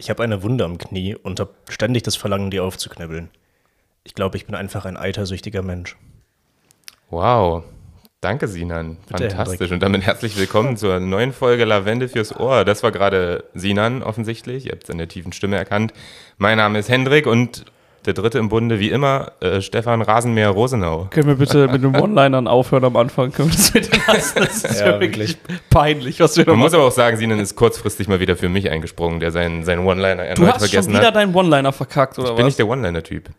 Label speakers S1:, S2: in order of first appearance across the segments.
S1: Ich habe eine Wunde am Knie und habe ständig das Verlangen, die aufzuknibbeln. Ich glaube, ich bin einfach ein eitersüchtiger Mensch.
S2: Wow. Danke, Sinan.
S1: Bitte,
S2: Fantastisch.
S1: Hendrik.
S2: Und damit herzlich
S3: Oh.
S2: willkommen zur neuen Folge Lavende fürs Ohr. Das war gerade Sinan offensichtlich. Ihr habt es an der tiefen Stimme erkannt. Mein Name ist Hendrik und der dritte im Bunde, wie immer, äh, Stefan Rasenmäher Rosenau.
S3: Können wir bitte mit den One-Linern aufhören am Anfang? Können wir das bitte lassen? Das ist
S1: Ja,
S3: ja,
S1: wirklich.
S3: wirklich peinlich, was wir da
S2: Man muss
S3: machen.
S2: aber auch sagen, Sinan ist kurzfristig mal wieder für mich eingesprungen, der seinen, seinen One-Liner
S3: Du
S2: erneut
S3: hast schon
S2: vergessen
S3: wieder
S2: hat.
S3: deinen One-Liner verkackt, oder
S2: Bin
S3: was?
S2: ich der One-Liner-Typ?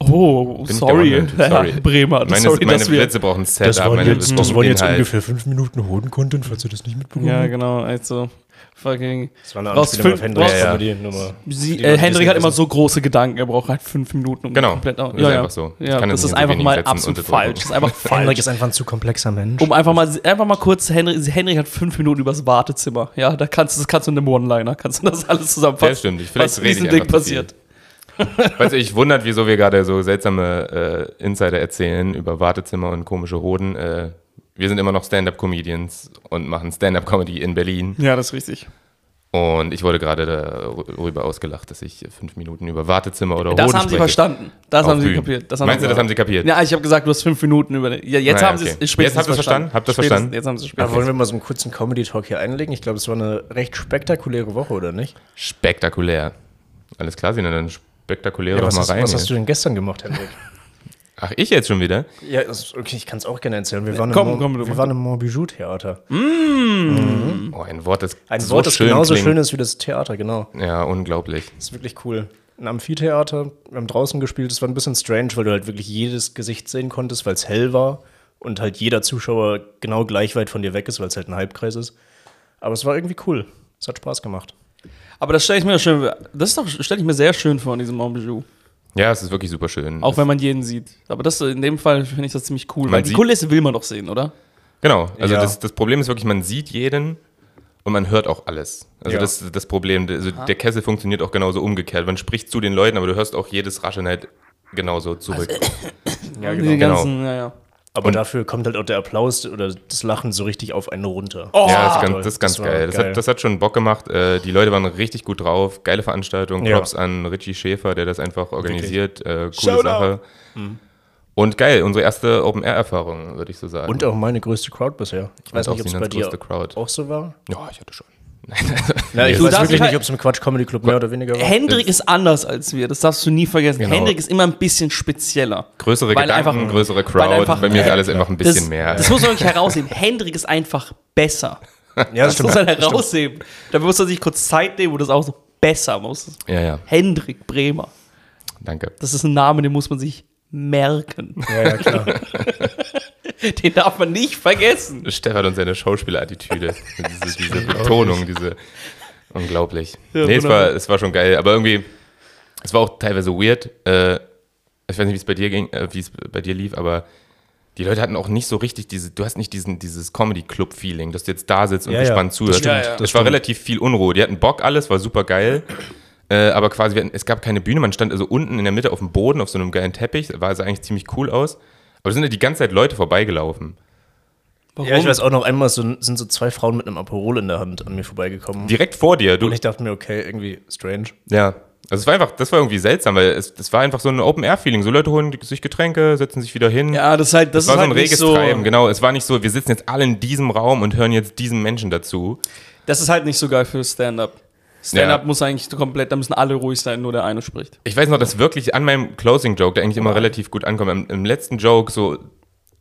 S3: oh,
S2: ich der
S3: sorry.
S2: One-Liner-Typ? Sorry.
S3: Herr Bremer,
S2: Meine,
S3: sorry,
S2: meine
S3: dass wir...
S2: Blitze brauchen ein Setup.
S1: Das waren
S2: meine Halt.
S1: jetzt, das
S2: Blitzen
S1: waren jetzt
S2: Inhalt.
S1: ungefähr fünf Minuten hoden Content, falls ihr das nicht mitbekommen
S3: Ja,
S1: habt.
S3: genau, also... Fucking.
S1: Das war eine
S3: Raus
S1: Anspielung auf
S3: fünf-
S1: Hendrik.
S2: raus-
S1: aber die Nummer.
S3: Sie,
S1: Die
S3: äh,
S1: Leute, die
S3: Hendrik
S1: es
S3: hat
S1: nicht
S3: immer so große Gedanken, er braucht halt fünf Minuten, um
S2: Genau.
S3: komplett
S2: Das ist einfach so. Ich
S3: Ja,
S2: kann
S3: das
S2: das nicht
S3: ist
S2: in so
S3: einfach
S2: wenigen
S3: mal
S2: Sätzen
S3: absolut
S2: unterdrücken.
S3: falsch. Das ist einfach
S1: Hendrik
S3: falsch.
S1: ist einfach ein zu komplexer Mensch.
S3: Um einfach mal, einfach mal kurz, Henry, Henry hat fünf Minuten übers Wartezimmer. Ja, da kannst du, das kannst du in einem One-Liner, kannst du das alles zusammenfassen.
S2: Ja, stimmt. Ich- vielleicht
S3: was
S2: rede ich
S3: diesem
S2: einfach
S3: Ding
S2: zu viel.
S3: passiert.
S2: Falls ihr euch wundert, wieso wir gerade so seltsame äh, Insider erzählen über Wartezimmer und komische Hoden, äh, wir sind immer noch Stand-Up-Comedians und machen Stand-Up-Comedy in Berlin.
S3: Ja, das ist richtig.
S2: Und ich wurde gerade darüber ausgelacht, dass ich fünf Minuten über Wartezimmer oder
S3: Das
S2: Hoden
S3: haben sie
S2: spreche.
S3: verstanden. Das
S2: Auf
S3: haben sie
S2: Bühnen.
S3: kapiert.
S2: Meinst du, das haben sie kapiert?
S3: Ja, ich habe gesagt, du hast fünf Minuten über. Ja, jetzt
S2: Naja,
S3: haben sie
S2: okay.
S3: es
S2: Jetzt
S3: spätestens
S2: habt ihr es verstanden? Habt ihr es
S3: Spätestens-
S2: verstanden?
S3: Jetzt haben sie
S1: Aber
S3: es spätestens.
S1: wollen wir mal so einen kurzen Comedy-Talk hier einlegen? Ich glaube, es war eine recht spektakuläre Woche, oder nicht?
S2: Spektakulär. Alles klar, Sina, dann spektakulär doch
S1: was,
S2: mal
S1: hast,
S2: rein.
S1: was
S2: hier.
S1: hast du denn gestern gemacht, Hendrik?
S2: Ach, ich jetzt schon wieder?
S1: ja, das, okay, ich kann es auch gerne erzählen. Wir waren
S3: Komm,
S1: im, Mo-
S3: komm, du-
S1: wir waren im Montbijou-Theater.
S3: Mhm.
S2: Oh, ein Wort, das
S1: Ein
S2: so
S1: Wort, das
S2: schön
S1: genauso
S2: klingt.
S1: schön ist wie das Theater, genau.
S2: Ja, unglaublich.
S1: Das ist wirklich cool. Ein Amphitheater, wir haben draußen gespielt. Das war ein bisschen strange, weil du halt wirklich jedes Gesicht sehen konntest, weil es hell war und halt jeder Zuschauer genau gleich weit von dir weg ist, weil es halt ein Halbkreis ist. Aber es war irgendwie cool. Es hat Spaß gemacht.
S3: Aber das stelle ich mir schön. Das ist doch stelle ich mir sehr schön vor an diesem Montbijou.
S2: Ja, es ist wirklich super schön.
S3: Auch wenn man jeden sieht. Aber das in dem Fall finde ich das ziemlich cool.
S2: Man
S3: Weil die
S2: sieht-
S3: Kulisse will man doch sehen, oder?
S2: Genau, also
S1: Ja.
S2: das, das Problem ist wirklich, man sieht jeden und man hört auch alles. Also
S1: Ja.
S2: das ist das Problem. Also der Kessel funktioniert auch genauso umgekehrt. Man spricht zu den Leuten, aber du hörst auch jedes Rascheln halt genauso zurück.
S1: Ja,
S3: Die
S2: Genau.
S3: ganzen, ja, ja.
S1: Aber dafür kommt halt auch der Applaus oder das Lachen so richtig auf einen runter.
S3: Oh,
S2: ja, das ist
S1: toll.
S2: ganz, das ist ganz
S1: Das war
S2: geil. Das,
S1: geil.
S2: hat, das hat schon Bock gemacht. Äh, die Leute waren richtig gut drauf. Geile Veranstaltung.
S1: Ja.
S2: Props an Richie Schäfer, der das einfach organisiert. Äh, coole
S1: Shoutout.
S2: Sache. Und geil, unsere erste Open-Air-Erfahrung, würde ich so sagen.
S1: Und auch meine größte Crowd bisher. Ich weiß
S2: auch
S1: nicht, ob es bei
S2: Sinans
S1: dir
S2: größte Crowd.
S1: auch so war.
S2: ja, ich hatte schon. Nein,
S1: Na, ich
S3: Du
S1: weiß
S3: darfst
S1: wirklich
S3: halt-
S1: nicht, ob es im Quatsch Comedy Club mehr oder weniger war.
S3: Hendrik ist anders als wir, das darfst du nie vergessen.
S2: Genau.
S3: Hendrik ist immer ein bisschen spezieller.
S2: größere
S3: Weil
S2: Gedanken,
S3: einfach-
S2: größere
S3: weil
S2: Crowd.
S3: einfach-
S2: Bei mir ist alles einfach ein bisschen
S3: das,
S2: mehr.
S3: Das muss man wirklich herausheben. Hendrik ist einfach besser.
S1: Ja, das
S3: Das
S2: halt
S3: muss man herausheben. Da muss man sich kurz Zeit nehmen, wo das auch so besser muss.
S2: ja, ja,
S3: Hendrik Bremer.
S2: danke.
S3: Das ist ein Name, den muss man sich merken.
S1: Ja, ja, klar.
S3: Den darf man nicht vergessen.
S2: Stefan und seine Schauspielerattitüde. diese, diese Betonung, diese. Unglaublich. nee, es war,
S3: wunderbar.
S2: es war schon geil, aber irgendwie, es war auch teilweise weird. Äh, ich weiß nicht, wie es bei dir ging, äh, wie es bei dir lief, aber die Leute hatten auch nicht so richtig diese, du hast nicht diesen, dieses Comedy-Club-Feeling, dass du jetzt da sitzt und
S1: Ja, ja,
S2: gespannt
S1: das
S2: zuhörst.
S3: stimmt, Ja, ja.
S2: Es
S1: das
S2: war
S1: stimmt.
S2: relativ viel Unruhe. Die hatten Bock, alles war super geil. Äh, aber quasi, wir hatten, es gab keine Bühne, man stand also unten in der Mitte auf dem Boden auf so einem geilen Teppich, war also eigentlich ziemlich cool aus. Aber es sind ja die ganze Zeit Leute vorbeigelaufen.
S3: Warum?
S1: Ja, ich weiß auch noch, einmal so, sind so zwei Frauen mit einem Aperol in der Hand an mir vorbeigekommen.
S2: Direkt vor dir, du,
S1: und ich dachte mir, okay, irgendwie strange.
S2: Ja. Also es war einfach, das war irgendwie seltsam, weil es, das war einfach so ein Open-Air-Feeling. So Leute holen sich Getränke, setzen sich wieder hin.
S3: Ja, das ist halt, das
S2: es war
S3: ist
S2: so
S3: halt
S2: ein
S3: nicht
S2: reges
S3: so,
S2: Treiben, genau. Es war nicht so, wir sitzen jetzt alle in diesem Raum und hören jetzt diesen Menschen dazu.
S3: das ist halt nicht so geil für Stand-up. Stand-up
S2: Ja.
S3: muss eigentlich komplett, da müssen alle ruhig sein, nur der eine spricht.
S2: Ich weiß noch, dass wirklich an meinem Closing-Joke, der eigentlich immer relativ gut ankommt, im, im letzten Joke so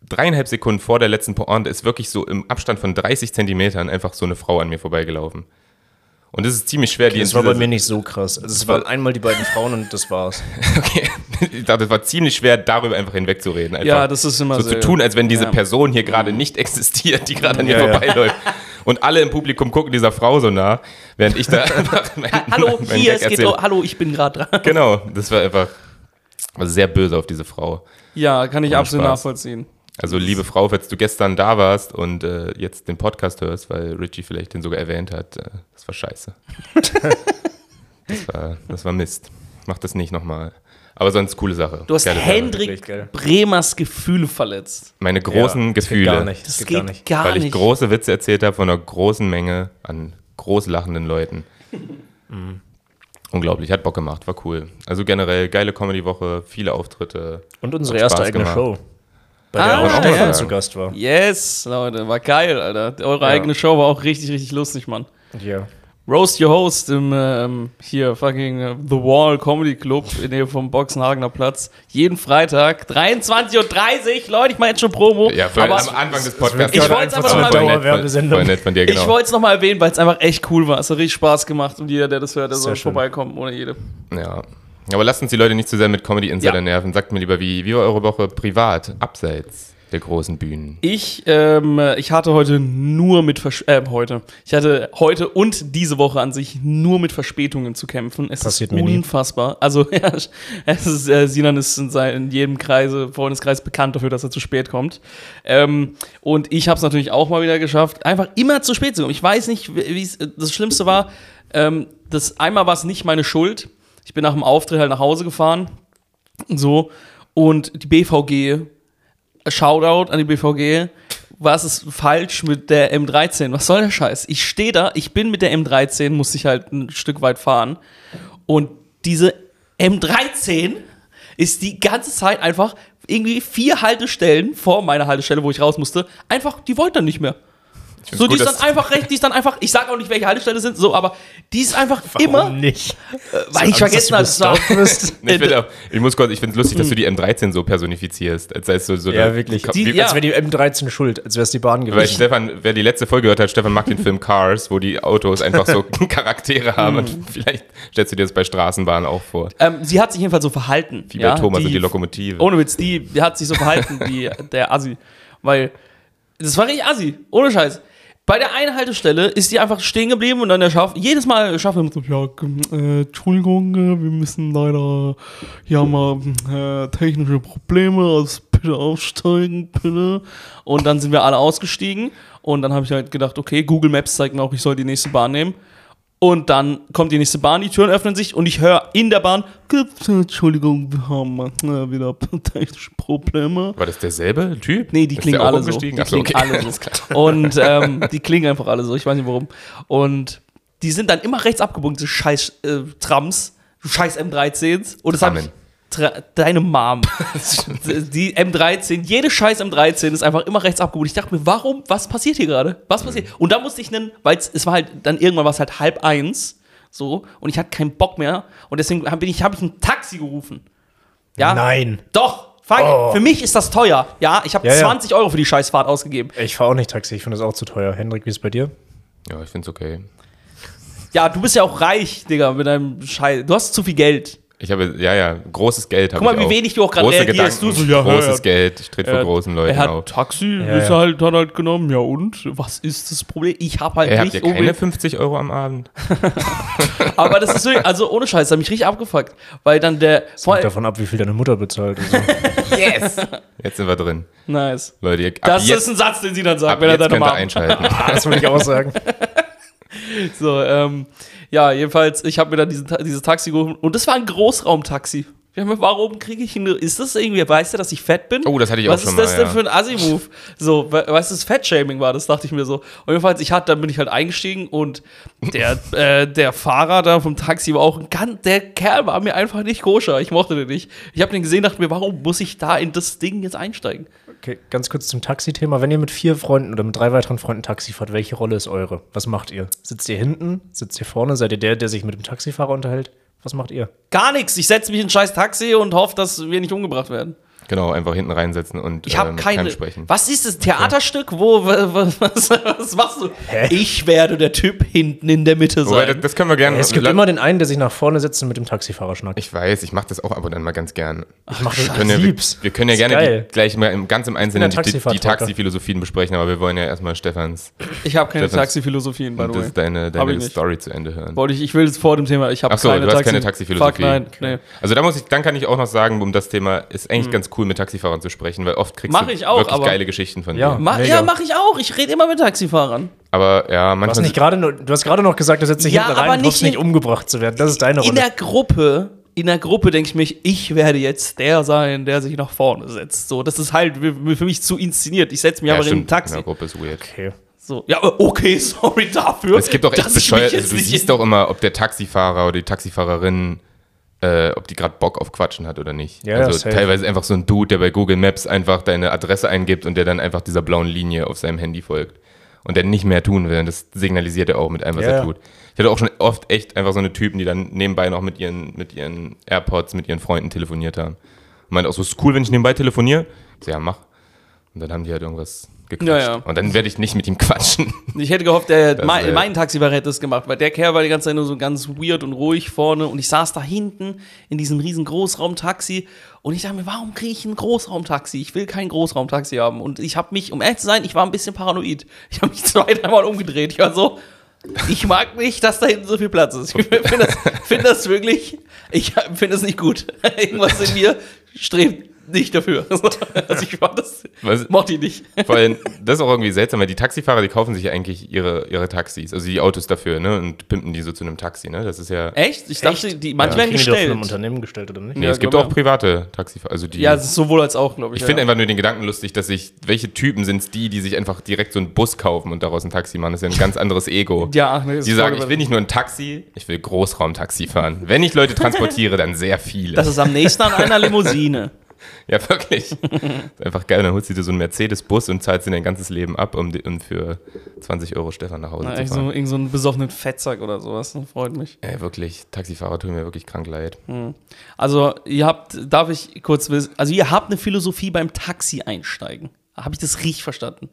S2: dreieinhalb Sekunden vor der letzten Pointe ist wirklich so im Abstand von 30 Zentimetern einfach so eine Frau an mir vorbeigelaufen. Und das ist ziemlich schwer, die in
S1: Das war bei
S2: dieser-
S1: mir nicht so krass. Also es waren einmal die beiden Frauen und das war's.
S2: Okay. Ich dachte, es war ziemlich schwer, darüber einfach hinwegzureden. Einfach
S3: Ja, das ist immer
S2: so. zu
S3: sehr-
S2: tun, als wenn diese
S3: ja. Mhm.
S2: Person hier gerade nicht existiert, die gerade an mir
S1: Ja, ja.
S2: vorbeiläuft. Und alle im Publikum gucken dieser Frau so nach, während ich da einfach mein,
S3: Hallo,
S2: mein
S3: hier,
S2: Gag
S3: es geht
S2: erzähle.
S3: los. Hallo, ich bin gerade dran.
S2: Genau, das war einfach also sehr böse auf diese Frau.
S3: Ja, kann ich
S2: Ohne
S3: absolut
S2: Spaß.
S3: nachvollziehen.
S2: Also liebe Frau, falls du gestern da warst und äh, jetzt den Podcast hörst, weil Richie vielleicht den sogar erwähnt hat, äh, das war scheiße. das, war, das war Mist. Mach das nicht nochmal. Aber sonst coole Sache.
S3: Du hast
S2: Geile Sache.
S3: Hendrik
S1: wirklich geil.
S3: Bremers Gefühle verletzt.
S2: meine großen
S1: Ja, das geht
S2: Gefühle,
S1: Gar nicht.
S3: Das,
S1: Das,
S3: geht gar nicht.
S2: weil ich große Witze erzählt habe von einer großen Menge an groß lachenden Leuten. Mhm. unglaublich, hat Bock gemacht, war cool. Also generell geile Comedy-Woche, viele Auftritte.
S1: Und unsere
S2: Hat Spaß
S1: erste eigene
S2: gemacht.
S1: Show. Bei
S4: Ah,
S1: der auch
S4: ja.
S1: Stefan zu Gast war.
S4: Yes, Leute, war geil, Alter. Eure eigene Show war auch richtig, richtig lustig, Mann.
S1: Ja.
S4: Roast Your Host im ähm, hier fucking äh, The Wall Comedy Club in der Nähe vom Boxenhagener Platz. Jeden Freitag, 23.30 Uhr. Leute, ich mache jetzt schon Promo.
S2: Ja, für,
S4: Oh, aber
S2: am Anfang des Podcasts.
S4: Ich wollt's einfach
S1: noch mal-
S2: Voll nett von-
S1: Dauerwerbesendung.
S2: Voll nett von dir,
S4: ich
S2: genau.
S4: wollte es nochmal erwähnen, weil es einfach echt cool war. Es hat richtig Spaß gemacht und jeder, der das hört, der
S1: Sehr
S4: soll
S1: schön.
S4: vorbeikommen ohne jede.
S2: Ja. Aber lasst uns die Leute nicht zu sehr mit Comedy Insider
S4: Ja.
S2: nerven. Sagt mir lieber, wie, wie war eure Woche privat, abseits der großen Bühnen?
S4: Ich, ähm, ich hatte heute nur mit Versch äh, heute. Ich hatte heute und diese Woche an sich nur mit Verspätungen zu kämpfen. Es
S1: Passiert
S4: ist
S1: mir nie.
S4: unfassbar. Also ja, es ist, äh, Sinan ist in, sein, in jedem Kreise, Freundeskreis bekannt dafür, dass er zu spät kommt. Ähm, und ich habe es natürlich auch mal wieder geschafft, einfach immer zu spät zu kommen. Ich weiß nicht, wie es das Schlimmste war. Ähm, das einmal war es nicht meine Schuld. Ich bin nach dem Auftritt halt nach Hause gefahren. So. Und die BVG äh, Shoutout an die BVG. Was ist falsch mit der M13? Was soll der Scheiß? Ich stehe da, ich bin mit der M13, muss ich halt ein Stück weit fahren. Und diese M13 ist die ganze Zeit einfach irgendwie vier Haltestellen vor meiner Haltestelle, wo ich raus musste. Einfach, die wollte dann nicht mehr. So, die ist dann einfach recht, die ist dann einfach, ich sag auch nicht, welche Haltestelle sind, so, aber die ist einfach immer,
S1: nicht?
S4: weil ich vergessen habe, es war. Äh,
S2: Nee, ich, find auch, ich muss kurz, ich finde es lustig, dass du die M13 so personifizierst. Als sei es so, so
S1: Ja,
S2: eine-
S1: wirklich.
S2: Ko-
S4: Die-
S2: wie,
S4: ja.
S1: Als wäre die M13 schuld, als wäre es die Bahn
S2: Weil
S1: gewesen.
S2: Stefan, wer die letzte Folge gehört hat, Stefan mag den Film Cars, wo die Autos einfach so Charaktere haben.
S4: Hm.
S2: Und vielleicht stellst du dir das bei Straßenbahnen auch vor.
S4: Ähm, sie hat sich jedenfalls so verhalten.
S2: Wie bei Thomas und die Lokomotive.
S4: Ohne Witz, die, die hat sich so verhalten, die, der Assi. Weil das war richtig Assi, ohne Scheiß. Bei der einen Haltestelle ist die einfach stehen geblieben und dann der Schaff, jedes Mal schafft er so, ja, äh, Entschuldigung, äh, wir müssen leider hier mal äh, technische Probleme, also bitte aufsteigen, bitte. Und dann sind wir alle ausgestiegen und dann habe ich halt gedacht, okay, Google Maps zeigt mir auch, ich soll die nächste Bahn nehmen. Und dann kommt die nächste Bahn, die Türen öffnen sich und ich höre in der Bahn, "Gibt's- Entschuldigung, wir haben äh, wieder technische Probleme.
S2: War das derselbe Typ?
S4: Nee, die
S2: Ist
S4: klingen
S2: der auch
S4: alle so. Die
S2: umgestiegen?
S4: klingen
S2: Achso, okay.
S4: alle so. Und ähm, die klingen einfach alle so, ich weiß nicht warum. Und die sind dann immer rechts abgebogen, diese scheiß äh, Trams, scheiß M13s. Und das hab ich,
S2: Trammen.
S4: Tra deine Mom. die M13, jede scheiß M13 ist einfach immer rechts abgebogen. Ich dachte mir, warum, was passiert hier gerade? Was passiert?
S2: Mhm.
S4: Und da musste ich nennen, weil es war halt, dann irgendwann war es halt halb eins. So, und ich hatte keinen Bock mehr. Und deswegen habe ich, hab ich ein Taxi gerufen. Ja?
S1: Nein.
S4: Doch, fuck,
S1: Oh.
S4: für mich ist das teuer. Ja, ich habe
S1: Ja, ja.
S4: 20 Euro für die Scheißfahrt ausgegeben.
S1: Ich fahre auch nicht Taxi, ich finde das auch zu teuer. Hendrik, wie ist es bei dir?
S2: Ja, ich finde es okay.
S4: Ja, du bist ja auch reich, Digga, mit deinem Scheiß. Du hast zu viel Geld.
S2: Ich habe, ja, ja, großes Geld habe
S4: Guck mal,
S2: ich
S4: wie
S2: auch.
S4: wenig du auch gerade
S2: Große
S4: reagierst.
S2: Gedanken,
S4: Du so, ja,
S2: großes
S4: ja, ja.
S2: Geld. Ich trete vor großen Leuten
S4: er hat
S2: auf.
S4: Taxi,
S1: Ja,
S4: ist
S1: ja.
S4: halt, hat halt genommen. Ja und? Was ist das Problem? Ich habe halt
S2: Er hat
S4: nicht
S2: ja keine
S4: unbedingt-
S2: 50 Euro am Abend.
S4: Aber das ist wirklich, also ohne Scheiß, das hat mich richtig abgefuckt. Weil dann der. Vor,
S1: Hängt davon ab, wie viel deine Mutter bezahlt. Also,
S2: Yes! Jetzt sind wir drin.
S4: nice.
S2: Leute, ihr- ab
S4: Das
S2: jetzt,
S4: ist ein Satz, den sie dann
S2: ab
S4: sagt, wenn er
S2: jetzt könnt
S4: deine
S2: ihr
S4: Mom.
S2: einschalten.
S1: das würde ich auch sagen.
S4: So, ähm, ja, jedenfalls, ich habe mir dann diesen, Ta- dieses Taxi gerufen und das war ein Großraumtaxi. Ich hab mir, warum kriege ich eine, ist das irgendwie, weiß der, dass ich fett bin?
S2: Oh, das hatte ich auch schon
S4: Was ist das
S2: mal,
S4: denn
S2: ja.
S4: für ein Assi-Move? So, we- weißt du, das Fettshaming war, das dachte ich mir so. Und jedenfalls, ich hatte, dann bin ich halt eingestiegen und der, äh, der Fahrer da vom Taxi war auch ein ganz, der Kerl war mir einfach nicht koscher. Ich mochte den nicht. Ich habe den gesehen, dachte mir, warum muss ich da in das Ding jetzt einsteigen?
S1: Okay, ganz kurz zum Taxi-Thema. Wenn ihr mit vier Freunden oder mit drei weiteren Freunden Taxi fahrt, welche Rolle ist eure? Was macht ihr? Sitzt ihr hinten? Sitzt ihr vorne? Seid ihr der, der sich mit dem Taxifahrer unterhält? Was macht ihr?
S4: Gar nichts. Ich setze mich in ein scheiß Taxi und hoffe, dass wir nicht umgebracht werden.
S2: Genau, einfach hinten reinsetzen und
S4: Ich habe
S2: ähm,
S4: keine.
S2: sprechen.
S4: Was ist das? Theaterstück? Wo, wa- wa- was, was machst du?
S1: Hä?
S4: Ich werde der Typ hinten in der Mitte
S2: Wobei,
S4: sein.
S2: das, das können wir gerne.
S1: Es gibt
S2: la-
S1: immer den einen, der sich nach vorne setzt und mit dem Taxifahrer schnackt.
S2: ich weiß, ich mache das auch ab und an mal ganz gern.
S1: Ich mache
S2: Wir können ja, wir, wir können ja
S1: Ist
S2: gerne
S1: geil.
S2: die, gleich mal im, ganz im Einzelnen
S1: Ich bin ein
S2: die, die, die
S1: Taxifahrtrucker.
S2: Taxiphilosophien besprechen, aber wir wollen ja erstmal Stefans
S4: ich habe keine
S2: Stefan,
S4: Taxiphilosophien, by
S2: und
S4: the way.
S2: das deine,
S4: Hab ich
S2: deine
S4: nicht.
S2: Story zu Ende hören.
S4: Wollte ich, ich will jetzt vor dem Thema. Ich habe
S2: Achso,
S4: keine
S2: du hast keine
S4: Fuck,
S2: Taxiphilosophie.
S4: nein. Nee. Hm.
S2: Also da muss ich, dann kann ich auch noch sagen, um das Thema ist eigentlich ganz cool mit Taxifahrern zu sprechen, weil oft kriegst
S4: Mach
S2: du
S4: ich auch,
S2: wirklich
S4: aber-
S2: geile Geschichten von
S1: Ja.
S2: denen.
S4: Ma
S1: Mega.
S4: ja, mache ich auch. Ich rede immer mit Taxifahrern.
S2: Aber ja,
S1: Du hast,
S2: manchmal
S1: nicht gerade nur, du hast gerade noch gesagt, du setzt dich
S4: Ja,
S1: hinten
S4: aber
S1: rein und
S4: nicht
S1: hoffst nicht
S4: in-
S1: umgebracht zu werden. Das ist deine
S4: In
S1: Rolle.
S4: der Gruppe, in der Gruppe denke ich mich, ich werde jetzt der sein, der sich nach vorne setzt. So, das ist halt für mich zu inszeniert. Ich setze mich
S2: ja,
S4: aber in ein
S2: stimmt,
S4: Taxi.
S2: In der Gruppe ist weird.
S1: Okay.
S4: So, ja, okay, sorry dafür.
S2: Es gibt doch echt
S4: dass ich mich
S2: bescheuert.
S4: jetzt
S2: Also du
S4: nicht-
S2: siehst doch immer, ob der Taxifahrer oder die Taxifahrerin, äh, ob die gerade Bock auf Quatschen hat oder nicht.
S1: Ja,
S2: also
S1: safe.
S2: teilweise einfach so ein Dude, der bei Google Maps einfach deine Adresse eingibt und der dann einfach dieser blauen Linie auf seinem Handy folgt. Und der nicht mehr tun will. Und das signalisiert er auch mit allem, was
S1: Ja,
S2: er
S1: ja.
S2: tut. Ich hatte auch schon oft echt einfach so eine Typen, die dann nebenbei noch mit ihren, mit ihren AirPods, mit ihren Freunden telefoniert haben. Und meinte auch so, ist cool, wenn ich nebenbei telefoniere? Ich so, ja, mach. Und dann haben die halt irgendwas gequatscht.
S4: Ja, ja.
S2: Und dann werde ich nicht mit ihm quatschen.
S4: Ich hätte gehofft, der, mein,
S2: wäre-
S4: mein Taxifahrer hätte es gemacht, weil der Kerl war die ganze Zeit nur so ganz weird und ruhig vorne und ich saß da hinten in diesem riesen Großraumtaxi und ich dachte mir, warum kriege ich ein Großraumtaxi? Ich will kein Großraumtaxi haben und ich habe mich, um ehrlich zu sein, ich war ein bisschen paranoid. Ich habe mich zwei, dreimal umgedreht. Ich war so, ich mag nicht, dass da hinten so viel Platz ist. Ich finde das, find das wirklich, ich finde das nicht gut. Irgendwas in mir strebt nicht dafür. Also ich war das,
S2: Was-
S4: mochte ich nicht.
S2: Vor allem, das ist auch irgendwie seltsam, weil die Taxifahrer, die kaufen sich ja eigentlich ihre, ihre Taxis, also die Autos dafür, ne? Und pimpen die so zu einem Taxi, ne? Das ist ja.
S4: Echt? Ich dachte, die manche werden
S1: Kriegen die doch von
S4: gestellt.
S1: einem Unternehmen gestellt, oder nicht?
S2: Nee,
S4: ja,
S2: es gibt
S4: glaub
S2: auch
S4: ja.
S2: private Taxifahrer. Also die.
S4: Ja, es ist sowohl als auch, glaube ich.
S2: ich finde
S4: ja.
S2: einfach nur den Gedanken lustig, dass sich, welche Typen sind es die, die sich einfach direkt so einen Bus kaufen und daraus ein Taxi machen? Das ist ja ein ganz anderes Ego.
S4: Ja, nee, ist
S2: Die
S4: voll
S2: sagen, ich
S4: übertrieben.
S2: will nicht nur ein Taxi, ich will Großraumtaxi fahren. Wenn ich Leute transportiere, dann sehr viele.
S4: Das ist am nächsten an einer Limousine.
S2: ja, wirklich. ist einfach geil. Dann holst du dir so einen Mercedes-Bus und zahlst dir dein ganzes Leben ab, um, die- um für 20 Euro Stefan nach Hause zu
S4: Na,
S2: fahren.
S4: irgend so, irgend so einen besoffenen Fettsack oder sowas. Das freut mich.
S2: Ey, wirklich, Taxifahrer tun mir wirklich krank leid.
S4: Mhm. Also, ihr habt, darf ich kurz wissen, also ihr habt eine Philosophie beim Taxi einsteigen. Habe ich das richtig verstanden?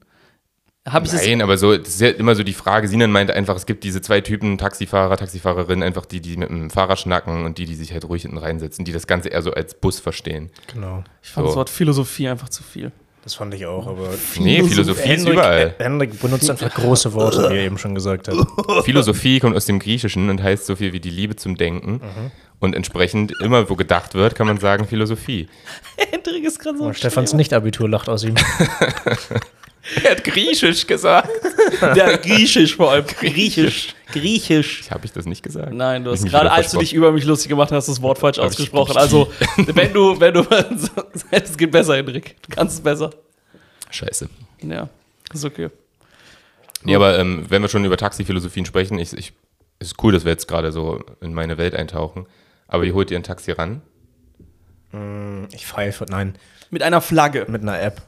S4: Habe ich
S2: Nein, aber so, das ist ja immer so die Frage. Sinan meint einfach, es gibt diese zwei Typen, Taxifahrer, Taxifahrerin, einfach die, die mit dem Fahrer schnacken und die, die sich halt ruhig hinten reinsetzen, die das Ganze eher so als Bus verstehen.
S1: Genau.
S4: das? Ich fand das
S2: so.
S4: Wort Philosophie einfach zu viel.
S1: Das fand ich auch, aber.
S2: Nee, Philosophie ist überall.
S1: Hendrik benutzt einfach große Worte, wie er eben schon gesagt hat.
S2: Philosophie kommt aus dem Griechischen und heißt so viel wie die Liebe zum Denken.
S4: Mhm.
S2: Und entsprechend, immer wo gedacht wird, kann man sagen Philosophie.
S4: Hendrik ist gerade so.
S1: Und
S4: ein
S1: Stefans Nicht-Abitur lacht aus ihm.
S2: Er hat Griechisch gesagt.
S4: Schleim. Ja, griechisch vor allem. Griechisch. Griechisch.
S2: Habe ich das nicht gesagt?
S4: Nein, du
S2: Hab
S4: hast
S2: ich mich
S4: gerade,
S2: wieder
S4: als du dich über mich lustig gemacht hast, das Wort falsch
S2: Hab ich-
S4: ausgesprochen. Also, wenn du, wenn du, es geht besser, Hendrik. Du kannst es besser.
S2: versprochen. Scheiße.
S4: Ja, ist okay.
S2: Nee, aber ähm, wenn wir schon über Taxiphilosophien sprechen, ich, ich, es ist cool, dass wir jetzt gerade so in meine Welt eintauchen. Aber ihr holt ihr ein Taxi ran
S1: Ich pfeife, nein,
S4: Mit einer Flagge
S1: mit einer App.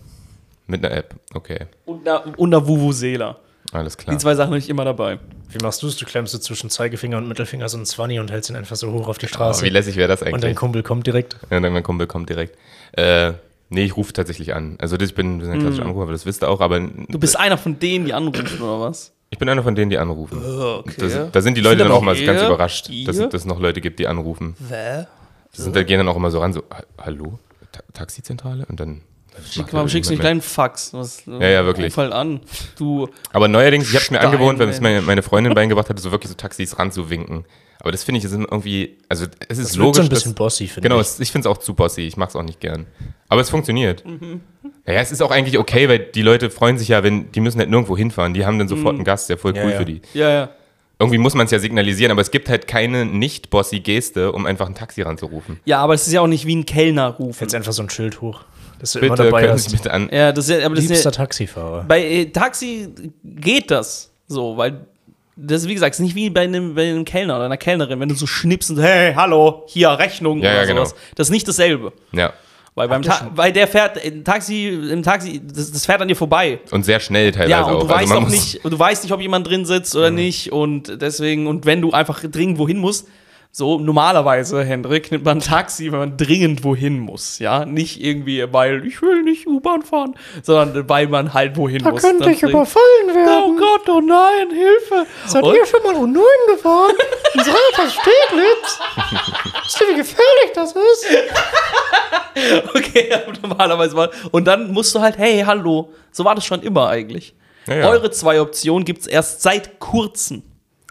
S2: mit einer App. Okay,
S4: und einer, und einer Vuvuzela.
S2: alles klar.
S4: Die zwei Sachen habe ich immer dabei.
S1: Wie machst du es? Du klemmst du zwischen Zeigefinger und Mittelfinger so einen Zwanni und hältst ihn einfach so hoch auf die
S2: Aber
S1: Straße.
S2: Genau, Oh, wie lässig wäre das
S1: und dein
S2: eigentlich?
S1: Kumpel kommt direkt.
S2: Ja, dann mein Kumpel kommt direkt. Äh, nee, ich rufe tatsächlich an. Also das, ich bin ein bisschen ein klassischer Anrufer, aber das wisst ihr auch. Aber
S4: Hm. Du bist einer von denen, die anrufen, oder was?
S2: ich bin einer von denen, die anrufen.
S4: Oh, Okay.
S2: Das, da sind die Leute dann
S4: aber
S2: auch mal so ganz
S4: ihr-
S2: überrascht, dass
S4: ihr- Äh.
S2: dass es noch Leute gibt, die anrufen.
S4: Hä?
S2: Das sind, da gehen dann auch immer so ran, so, "Ha- hallo, Ta Taxizentrale? Und dann... macht
S4: Schick,
S2: er
S4: warum schickst du nicht
S2: irgendjemand-
S4: deinen Fax? Was, ja,
S2: ja, wirklich.
S4: Ruf halt an. Du,
S2: Aber neuerdings, ich habe es mir
S4: Stein,
S2: angewohnt, weil es
S4: Mensch.
S2: meine, meine Freundin beigebracht hatte, so wirklich so Taxis ranzuwinken. Aber das finde ich ist irgendwie, also es ist
S1: Das wird
S2: logisch.
S1: so ein bisschen
S2: dass,
S1: bossy, finde
S2: genau,
S1: ich.
S2: es, ich finde es auch zu bossy, ich mache es auch nicht gern. Aber es funktioniert.
S4: Mhm.
S2: Naja, es ist auch eigentlich okay, weil die Leute freuen sich ja, wenn die müssen halt nirgendwo hinfahren. Die haben dann sofort
S4: Mhm.
S2: einen Gast, der voll
S1: Ja,
S2: cool
S1: ja.
S2: für die.
S4: ja, ja.
S2: Irgendwie muss man es ja signalisieren, aber es gibt halt keine nicht bossy Geste, um einfach ein Taxi ranzurufen.
S4: Ja, aber es ist ja auch nicht wie ein Kellner rufen.
S1: Hältst einfach so ein Schild hoch, dass du immer
S2: Bitte
S1: dabei
S2: können Sie
S1: hast.
S2: bitte an.
S4: Ja, das ist ja, aber das ist ja,
S1: Liebster Taxifahrer.
S4: bei äh, Taxi geht das so, weil das, wie gesagt, ist nicht wie bei einem, bei einem Kellner oder einer Kellnerin, wenn du so schnippst und hey, hallo, hier Rechnung
S2: Ja,
S4: oder
S2: ja, genau.
S4: sowas. Das ist nicht dasselbe.
S2: Ja.
S4: Weil beim
S1: ihr
S4: Ta
S1: schon-
S4: weil der fährt im Taxi, im Taxi, das, das fährt an dir vorbei.
S2: Und sehr schnell teilweise
S4: Ja, und
S2: also auch.
S4: du weißt
S2: man
S4: auch
S2: muss- Mhm.
S4: nicht, und du weißt nicht, ob jemand drin sitzt oder nicht. Und deswegen, und wenn du einfach dringend wohin musst, so normalerweise, Hendrik, nimmt man ein Taxi, wenn man dringend wohin muss. Ja, nicht irgendwie, weil ich will nicht U-Bahn fahren, sondern weil man halt wohin muss. Dann dringend.
S5: überfallen
S4: Oh Gott, oh nein, Hilfe!
S5: Seid
S4: Und-
S5: ihr schon mal U9 gefahren? In Rheinland Steglitz? Wisst ihr, wie gefährlich das ist?
S4: Okay, normalerweise mal. Und dann musst du halt, hey, hallo. So war das schon immer eigentlich.
S2: Ja, ja.
S4: Eure zwei Optionen gibt es erst seit kurzem.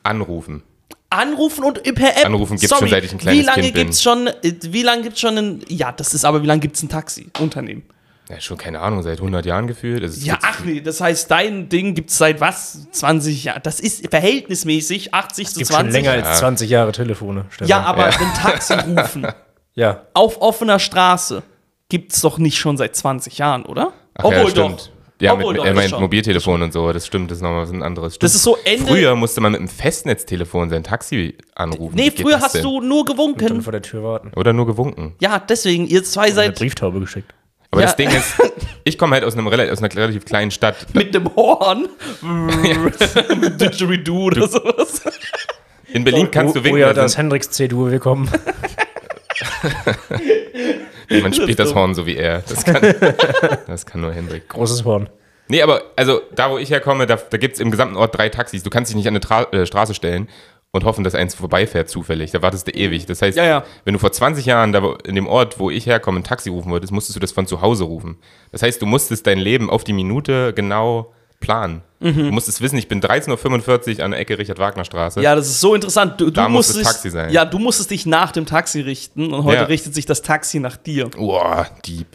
S2: anrufen.
S4: Anrufen und per App.
S2: Anrufen gibt's
S4: Sorry,
S2: schon, seit ich ein
S4: wie
S2: kleines
S4: lange
S2: Kind bin.
S4: gibt's schon, äh, Wie lange gibt's schon ein. Ja, das ist aber, wie lange gibt's ein Taxi-Unternehmen?
S2: Ja, schon keine Ahnung, seit 100 Jahren gefühlt. Es ist
S4: Ja,
S2: jetzt-
S4: ach nee, das heißt, dein Ding gibt's seit was? 20 Jahren. Das ist verhältnismäßig 80 zu
S1: Gibt schon
S4: 20.
S1: länger
S2: Ja.
S1: als 20 Jahre Telefone, Stefan.
S4: ja, aber ein Taxi rufen
S1: Ja.
S4: auf offener Straße gibt's doch nicht schon seit 20 Jahren, oder?
S2: Ach ja, stimmt.
S4: doch.
S2: Ja, mit,
S4: Obwohl,
S2: mit,
S4: doch,
S2: er
S4: das
S2: meint
S4: schon.
S2: Mobiltelefon und so, das stimmt, das ist nochmal ein anderes. Stimmt.
S4: Das ist so Ende-
S2: Früher musste man mit dem Festnetztelefon sein Taxi anrufen. Wie
S4: Nee,
S2: geht
S4: früher
S2: das
S4: hast
S2: denn?
S4: du nur
S1: Dann
S4: gewunken.
S1: vor der Tür warten.
S2: Oder nur gewunken.
S4: Ja, deswegen, ihr zwei
S1: Eine
S4: seid
S1: Brieftaube geschickt.
S2: Aber
S4: Ja.
S2: das Ding ist, ich komme halt aus, einem, rela- aus einer relativ kleinen Stadt.
S4: mit dem Horn. Didgeridoo oder sowas.
S2: In Berlin kannst du
S1: oh, oh
S2: winken,
S1: ja,
S2: da
S1: da ist
S2: sind-
S1: Hendrix C-Dur willkommen.
S2: man spielt das Horn so wie er. Das kann, das kann nur Hendrik.
S1: Großes Horn.
S2: Nee, aber also da, wo ich herkomme, da, da gibt es im gesamten Ort drei Taxis. Du kannst dich nicht an eine Tra äh, Straße stellen und hoffen, dass eins vorbeifährt zufällig. Da wartest du ewig. Das heißt,
S4: Ja, ja.
S2: wenn du vor 20 Jahren da, wo- in dem Ort, wo ich herkomme, ein Taxi rufen wolltest, musstest du das von zu Hause rufen. Das heißt, du musstest dein Leben auf die Minute genau planen.
S4: Mhm.
S2: Du musstest wissen, ich bin 13.45 Uhr an der Ecke Richard-Wagner-Straße.
S4: Ja, das ist so interessant. Du, du
S2: Da muss
S4: musstest,
S2: das Taxi sein.
S4: Ja, du musstest dich nach dem Taxi richten und heute
S2: Ja.
S4: richtet sich das Taxi nach dir.
S2: Boah, Dieb.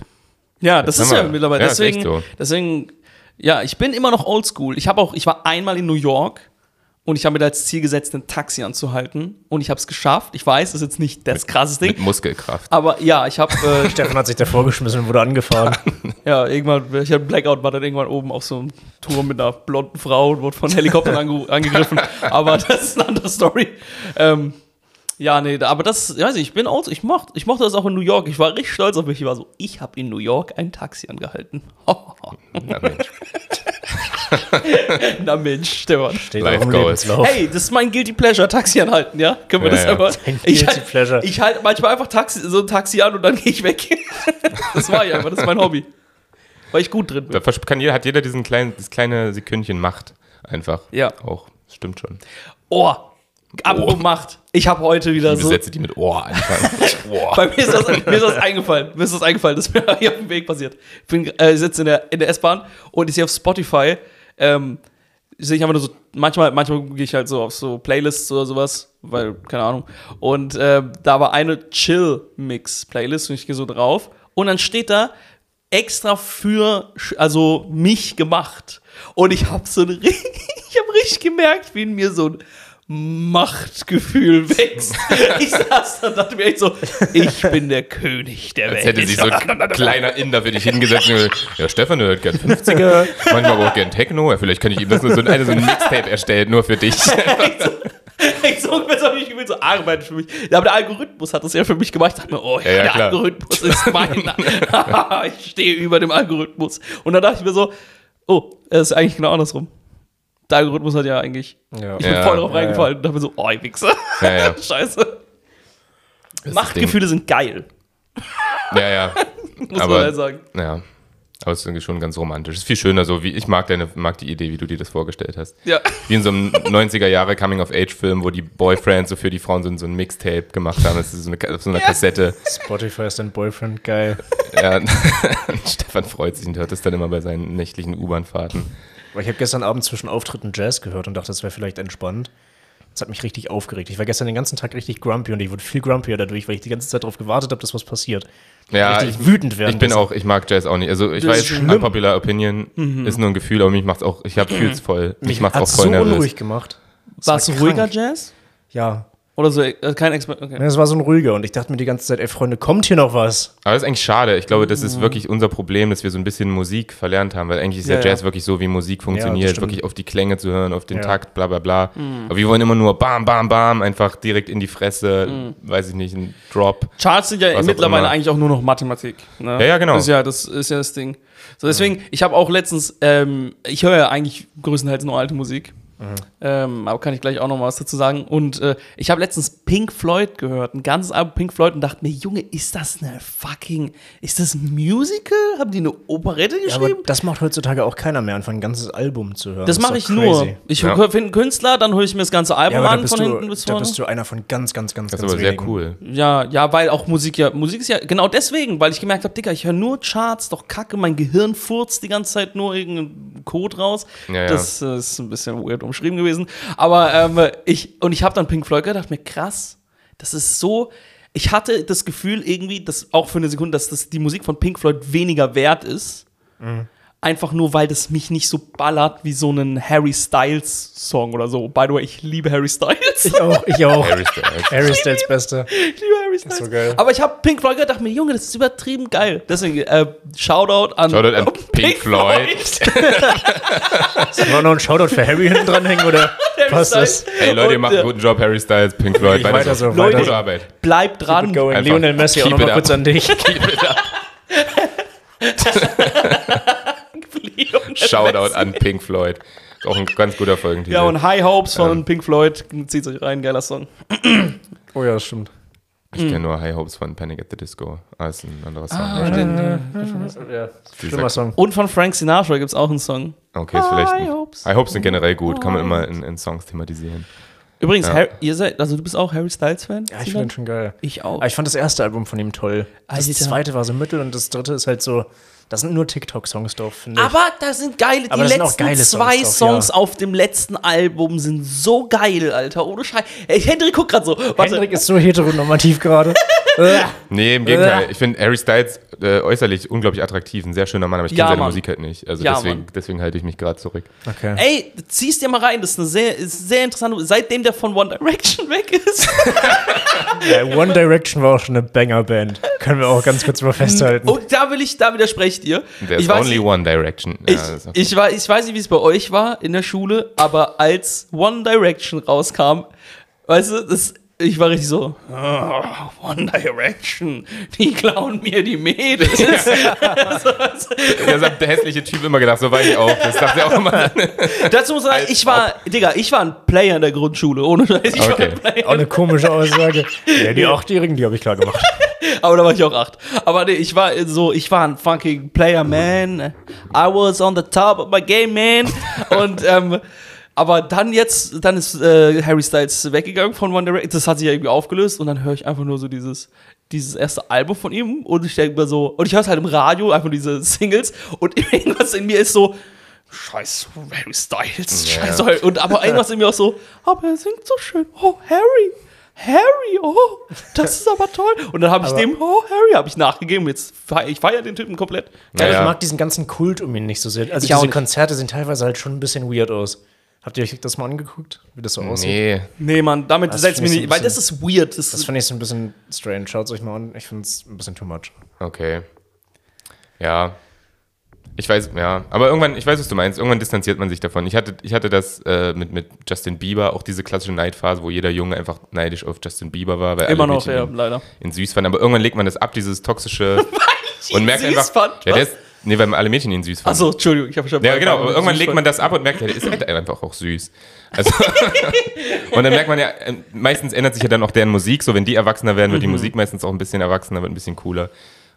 S4: Ja, das
S2: haben
S4: ist ja
S2: wir-
S4: mittlerweile.
S2: ja, ist
S4: deswegen,
S2: echt so.
S4: deswegen, ja, ich bin immer noch oldschool. Ich habe auch, ich war einmal in New York und ich habe mir als Ziel gesetzt, ein Taxi anzuhalten und ich habe es geschafft. Ich weiß, das ist jetzt nicht das krasseste
S2: Mit
S4: Ding, Ah.
S2: Muskelkraft.
S4: aber ja, ich habe äh,
S1: Stefan hat sich davor geschmissen und wurde angefahren.
S4: Ja, irgendwann, ich hatte Blackout, war dann irgendwann oben auf so einem Turm mit einer blonden Frau und wurde von Helikoptern ange angegriffen. Aber das ist eine andere Story. Ähm, ja, nee, da- aber das, ich weiß nicht, ich bin auch, ich mochte, ich mochte das auch in New York. Ich war richtig stolz auf mich. Ich war so, ich habe in New York ein Taxi angehalten.
S2: Na, Mensch.
S4: Na Mensch, Stefan.
S1: Steht
S2: Life
S1: auch im
S2: goals.
S1: Lebenslauf.
S4: Hey, das ist mein Guilty Pleasure, Taxi anhalten, ja? Können wir
S2: Ja,
S4: das
S2: ja.
S4: einmal?
S1: Dein
S4: Ich, halt,
S1: Guilty Pleasure.
S4: ich halte manchmal einfach Taxi, so ein Taxi an und dann gehe ich weg. das war ja einfach, das ist mein Hobby. Weil ich gut drin bin.
S2: Da versp- kann jeder, hat jeder diesen kleinen, das kleine Sekündchen Macht einfach.
S4: Ja.
S2: Auch. Das Stimmt schon.
S4: Oh, apropos Macht. Oh. Ich habe heute wieder
S2: Die
S4: so.
S2: Sätze, die mit Ohr anfangen. Ohr.
S4: Also Bei mir ist, das, mir ist das eingefallen. Mir ist das eingefallen. Das ist mir hier auf dem Weg passiert. Ich bin, äh, sitze in der, in der S-Bahn und ich sehe auf Spotify, ähm, sehe ich einfach nur so, manchmal, manchmal gehe ich halt so auf so Playlists oder sowas, weil, keine Ahnung. Und äh, da war eine Chill-Mix-Playlist und ich gehe so drauf. Und dann steht da, extra für, sch- also mich gemacht. Und ich habe so ein, ri- ich habe richtig gemerkt, wie in mir so ein Machtgefühl wächst. Ich saß da und dachte mir echt so, ich bin der König der
S2: Als
S4: Welt.
S2: hätte sich so ein kleiner Inder für dich hingesetzt und gesagt, ja, Stefan der hört gern 50er, manchmal aber auch gern Techno, ja, vielleicht kann ich ihm das nur so, eine, so ein Mixtape erstellen, nur für dich.
S4: Ich so ungefähr so ich will so Arbeit für mich. Ja, Aber der Algorithmus hat das ja für mich gemacht. Ich dachte mir, oh ja,
S2: Ja, ja,
S4: der
S2: klar.
S4: Algorithmus ist meiner. ich stehe über dem Algorithmus. Und dann dachte ich mir so, oh, es ist eigentlich genau andersrum. Der Algorithmus hat ja eigentlich.
S1: Ja.
S4: Ich bin
S2: Ja,
S4: voll drauf
S1: ja,
S4: reingefallen und dachte mir so, oh, ich Wichser.
S2: Ja, ja.
S4: Scheiße. Machtgefühle sind geil,
S2: Ja, ja.
S4: muss
S2: Aber-
S4: man halt sagen.
S2: Ja. Aber es ist irgendwie schon ganz romantisch. Es ist viel schöner so, wie ich mag deine, mag die Idee, wie du dir das vorgestellt hast.
S4: Ja.
S2: Wie in so einem 90er Jahre Coming-of-Age-Film, wo die Boyfriends so für die Frauen so, ein- so ein Mixtape gemacht haben. Das ist so eine, Ka- auf so eine Kassette.
S1: Spotify ist dein Boyfriend, geil.
S2: Ja. Stefan freut sich und hört das dann immer bei seinen nächtlichen U-Bahn-Fahrten.
S1: Aber ich habe gestern Abend zwischen Auftritten Jazz gehört und dachte, das wäre vielleicht entspannt. Das hat mich richtig aufgeregt. Ich war gestern den ganzen Tag richtig grumpy und ich wurde viel grumpier dadurch, weil ich die ganze Zeit darauf gewartet habe, dass was passiert.
S2: Ja,
S1: richtig wütend werden.
S2: Ich bin
S1: lassen.
S2: auch, ich mag Jazz auch nicht. Also ich
S4: Das ist
S2: weiß,
S4: schlimm.
S2: unpopular Opinion ist nur ein Gefühl, aber mich macht's auch, ich hab, fühl's voll. Mich macht's auch
S1: Mhm. Hat's
S2: voll
S1: so
S2: nervös.
S1: unruhig gemacht. Das
S4: War es
S1: war
S4: ruhiger
S1: krank.
S4: Jazz?
S1: Ja.
S4: Oder so, äh, kein Expert. Okay.
S1: Ja, Es war so ein ruhiger und ich dachte mir die ganze Zeit, ey Freunde, kommt hier noch was?
S2: Aber das ist eigentlich schade. Ich glaube, das
S1: Mhm.
S2: ist wirklich unser Problem, dass wir so ein bisschen Musik verlernt haben, weil eigentlich ist ja,
S4: Ja, ja.
S2: Jazz wirklich so, wie Musik
S1: Ja, das
S2: funktioniert,
S1: stimmt.
S2: wirklich auf die Klänge zu hören, auf den
S1: Ja. Mhm.
S2: Takt, bla bla bla. Aber wir wollen immer nur bam, bam, bam, einfach direkt in die Fresse,
S1: Mhm.
S2: weiß ich nicht, ein Drop.
S4: Charts sind ja
S2: Was auch
S4: Äh, mittlerweile
S2: immer.
S4: eigentlich auch nur noch Mathematik. Ne?
S2: Ja, ja, genau.
S4: Das ist ja das, ist ja das Ding. So, deswegen, ich habe auch letztens, ähm, ich höre ja eigentlich größtenteils nur alte Musik. Ähm, aber kann ich gleich auch noch mal was dazu sagen. Und äh, ich habe letztens Pink Floyd gehört, ein ganzes Album Pink Floyd und dachte mir, Junge, ist das eine fucking, ist das ein Musical? Haben die eine Operette
S1: Ja, aber
S4: geschrieben?
S1: das macht heutzutage auch keiner mehr, einfach ein ganzes Album zu hören.
S4: das
S1: ist
S4: mache
S1: doch
S4: ich
S1: crazy.
S4: nur. Ich
S2: Ja.
S4: finde einen Künstler, dann höre ich mir das ganze
S1: Ja,
S4: Album
S1: aber da
S4: an,
S1: bist,
S4: von hinten
S1: du,
S4: bis
S1: da
S4: vorne.
S1: bist du einer von ganz, ganz, ganz,
S2: Das ist
S1: ganz
S2: aber sehr
S1: wenigen.
S2: cool.
S4: Ja, ja, weil auch Musik ja, Musik ist ja, genau deswegen, weil ich gemerkt habe, Dicker, ich höre nur Charts, doch kacke, mein Gehirn furzt die ganze Zeit nur irgendeinen Code raus.
S2: Ja, ja.
S4: Das äh, ist ein bisschen weird umschrieben gewesen. Aber ähm, ich, und ich habe dann Pink Floyd gedacht, mir krass, das ist so, ich hatte das Gefühl irgendwie, dass auch für eine Sekunde, dass das, die Musik von Pink Floyd weniger wert ist. einfach nur, weil das mich nicht so ballert wie so einen Harry Styles Song oder so. By the way, ich liebe Harry Styles.
S1: Ich auch, ich auch.
S2: Harry Styles.
S1: Harry Styles Beste.
S4: Ich liebe Harry Styles.
S1: so geil.
S4: Aber ich habe Pink Floyd gehört, dachte mir, Junge, das ist übertrieben geil. Deswegen, äh, Shoutout an,
S2: Shoutout an Pink Floyd.
S1: Sollen wir noch einen Shoutout für Harry hinten dranhängen oder passt das?
S2: Hey Leute, ihr macht einen
S4: gut.
S2: guten Job, Harry Styles, Pink Floyd.
S1: Weiter
S2: beide
S1: so,
S4: weiter so.
S2: Gute Arbeit.
S4: Bleibt dran.
S1: Keep it going.
S2: Einfach
S1: Lionel Messi auch
S2: keep it
S1: nochmal
S2: up.
S1: kurz an dich.
S2: Shoutout an Pink Floyd. Ist auch ein ganz guter Folgentitel.
S4: Ja, und High Hopes von
S2: Ähm.
S4: Pink Floyd. Zieht euch rein, geiler Song.
S1: Oh ja, stimmt.
S2: ich
S4: hm.
S2: kenne nur High Hopes von Panic at the Disco. Ah, ist ein anderer Song.
S1: Ja,
S2: Dieser-
S1: schlimmer Song.
S4: Und von Frank Sinatra gibt es auch einen Song.
S2: Okay, ist vielleicht.
S4: High
S2: ein-
S4: Hopes.
S2: High Hopes sind generell gut, kann man immer in, in Songs thematisieren.
S4: Übrigens,
S2: Ja.
S4: Harry, ihr seid, also du bist auch Harry Styles-Fan?
S1: Ja, ich finde den schon geil.
S4: Ich auch.
S1: Aber ich fand das erste Album von ihm toll. Das
S4: Alter.
S1: zweite war so mittel und das dritte ist halt so, da sind nur TikTok-Songs drauf, finde ich.
S4: Aber da sind geile, die
S1: Aber da sind auch
S4: letzten
S1: geile Songs
S4: zwei
S1: drauf,
S4: Songs
S1: ja.
S4: auf dem letzten Album sind so geil, Alter. Ohne Scheiß. Ey, Hendrik guckt gerade so. Warte.
S1: Hendrik ist so heteronormativ gerade. Äh,
S2: Nee, im Gegenteil. Ich finde Harry Styles äh, äußerlich unglaublich attraktiv. Ein sehr schöner Mann, aber ich kenne
S4: Ja,
S2: seine
S4: Mann.
S2: Musik halt nicht. Also
S4: Ja,
S2: deswegen,
S4: Mann.
S2: deswegen halte ich mich gerade zurück.
S1: okay.
S4: Ey, zieh's dir mal rein. Das ist eine sehr, ist sehr interessante. Seitdem der von One Direction weg ist.
S1: Ja, One Direction war auch schon eine Banger-Band. Können wir auch ganz kurz mal festhalten.
S4: Und da will ich, da widersprecht ihr.
S2: There's
S4: ich weiß,
S2: only
S4: nicht-
S2: one direction. Ja,
S4: ich,
S2: das ist auch-
S4: ich, weiß, ich weiß nicht, wie es bei euch war in der Schule, aber als One Direction rauskam, weißt du, das, ich war richtig so, oh, One Direction, die klauen mir die Mädels. Also,
S2: Deshalb der hässliche Typ immer gedacht, so war ich auch. Das dachte er auch immer.
S4: Dazu muss man sagen,
S2: Als
S4: ich war, Digga, ich war ein Player in der Grundschule, ohne Scheiß, ich war
S2: Okay.
S4: ein Player.
S1: Auch eine komische Aussage. Ja, die Achtjährigen, die habe ich klar gemacht.
S4: Aber da war ich auch acht. Aber nee, ich war so, ich war ein fucking Player, man. I was on the top of my game, man. Und, ähm, aber dann jetzt, dann ist äh, Harry Styles weggegangen von One Direction. Das hat sich ja irgendwie aufgelöst und dann höre ich einfach nur so dieses, dieses erste Album von ihm und ich denke mir so, und ich höre es halt im Radio, einfach diese Singles und irgendwas in mir ist so, Scheiß Harry Styles,
S2: Ja.
S4: scheiß Harry. Und aber irgendwas in mir auch so, aber er singt so schön. Oh, Harry. Harry, oh, das ist aber toll. Und dann habe ich
S1: Aber-
S4: dem, oh, Harry, habe ich nachgegeben. Jetzt feier, ich feiere den Typen komplett.
S1: Ja,
S2: Ja.
S1: Ich mag diesen ganzen Kult um ihn nicht so sehr. Also
S4: Ich auch
S1: diese
S4: nicht.
S1: Konzerte sehen teilweise halt schon ein bisschen weird aus. Habt ihr euch das mal angeguckt, wie das so aussieht?
S2: Nee.
S4: Nee, Mann, damit
S1: Das
S4: setzt
S1: find
S4: mich
S1: ich so
S4: nicht,
S1: ein
S4: weil das ist weird. Das
S1: Das
S4: ist,
S1: fand ich so ein bisschen strange. Schaut es euch mal an. Ich finde es ein bisschen too much.
S2: Okay. Ja. Ich weiß, ja. Aber irgendwann, ich weiß, was du meinst. Irgendwann distanziert man sich davon. Ich hatte, ich hatte das äh, mit, mit Justin Bieber, auch diese klassische Neidphase, wo jeder Junge einfach neidisch auf Justin Bieber war. Weil
S4: immer
S2: alle
S4: noch,
S2: Mädchen
S4: ja,
S2: ihn-
S4: leider.
S2: ihn süß fanden. Aber irgendwann legt man das ab, dieses toxische. und merkt
S4: süß
S2: einfach.
S4: fand,
S2: ja, der
S4: was?
S2: ist, nee, weil alle Mädchen ihn süß fanden.
S4: Achso, Entschuldigung, ich habe schon.
S2: Ja, genau. Aber irgendwann legt man das ab und merkt, ja, der ist halt einfach auch süß. Also, und dann merkt man ja, ähm, meistens ändert sich ja dann auch deren Musik. So, wenn die erwachsener werden, wird
S4: Mhm.
S2: die Musik meistens auch ein bisschen erwachsener, wird ein bisschen cooler.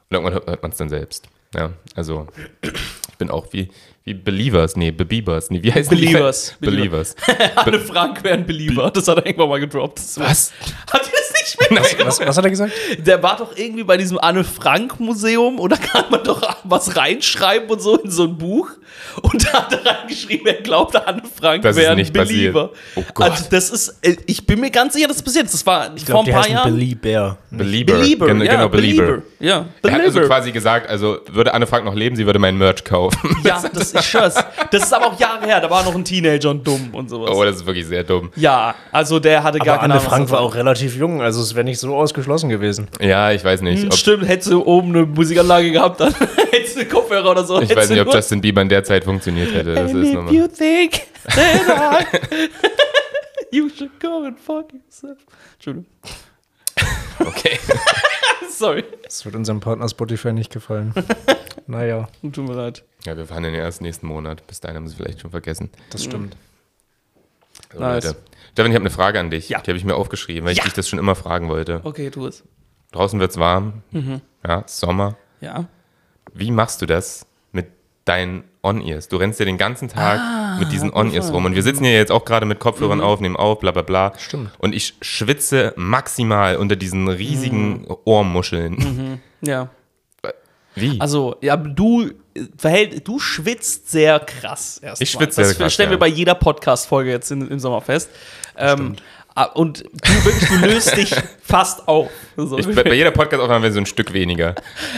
S2: Und irgendwann hört- hört man es dann selbst. Ja, also ich bin auch wie, wie Believers, nee, Bebiebers, nee, wie heißt
S4: Believers.
S2: Die? Believers.
S4: Anne Frank wäre ein Belieber. Das hat er irgendwann mal gedroppt. Das
S2: Was?
S4: Hat er es nicht mehr?
S1: Was, was hat er gesagt?
S4: Der war doch irgendwie bei diesem Anne Frank Museum und da kann man doch was reinschreiben und so in so ein Buch. Und da hat er reingeschrieben, er glaubte, Anne Frank
S2: Das ist
S4: wäre ein
S2: nicht
S4: Belieber.
S2: passiert. Oh Gott.
S4: Also das ist, äh, ich bin mir ganz sicher, das ist passiert. Das war
S1: Ich
S4: vor
S1: glaube,
S4: ein
S1: die
S4: paar
S1: heißen
S4: Jahren.
S1: Belieber.
S2: Belieber. Gen-
S4: ja,
S2: genau, Belieber.
S4: Ja,
S2: Er hat also
S4: Belieber.
S2: quasi gesagt, also würde Anne Frank noch leben, sie würde mein Merch kaufen.
S4: ja, das ist schön. Das ist aber auch Jahre her, da war noch ein Teenager und dumm und sowas.
S2: Oh, das ist wirklich sehr dumm.
S4: Ja, also der hatte gar
S1: Aber Anne
S4: keine Ahnung. was
S1: Frank
S4: das
S1: war auch relativ jung, also es wäre nicht so ausgeschlossen gewesen.
S2: Ja, ich weiß nicht. Ob,
S4: Hm, Stimmt, hättest du oben eine Musikanlage gehabt, dann hättest du Kopfhörer oder so.
S2: ich
S4: hättest
S2: weiß
S4: du
S2: nicht, ob
S4: nur-
S2: Justin Bieber in der Zeit funktioniert hätte. Das
S4: And
S2: ist
S4: if
S2: nochmal.
S4: you think that I, you should go and fuck yourself. Entschuldigung.
S2: Okay.
S4: Sorry.
S1: Das wird unserem Partner Spotify nicht gefallen. naja,
S4: Tut mir leid.
S2: Ja, wir fahren den erst nächsten Monat. Bis dahin haben sie es vielleicht schon vergessen.
S1: das stimmt.
S2: So,
S4: Nice.
S2: Leute. Stefan, ich habe eine Frage an dich.
S4: Ja.
S2: Die habe ich mir aufgeschrieben, weil
S4: Ja.
S2: ich dich das schon immer fragen wollte.
S4: Okay, tu es.
S2: Draußen wird es warm.
S4: Mhm.
S2: Ja, Sommer.
S4: Ja.
S2: Wie machst du das mit deinen On-Ears? Du rennst ja den ganzen Tag
S4: Ah,
S2: mit diesen On-Ears rum. Und wir sitzen hier jetzt auch gerade mit
S4: Mhm.
S2: Kopfhörern auf, nehmen auf, bla bla bla.
S1: Stimmt.
S2: Und ich schwitze maximal unter diesen riesigen Ohrmuscheln.
S4: Mhm. Ja.
S2: Wie?
S4: Also, ja, du, äh, verhält, du schwitzt sehr krass erstmal.
S2: Ich schwitze sehr
S4: Das
S2: krass,
S4: stellen
S2: ja.
S4: wir bei jeder Podcast-Folge jetzt in, im Sommer fest. Ähm, Ah, Und du wirklich, du löst dich fast auf. So.
S2: Ich, bei, bei jeder Podcast-Aufnahme wäre so ein Stück weniger.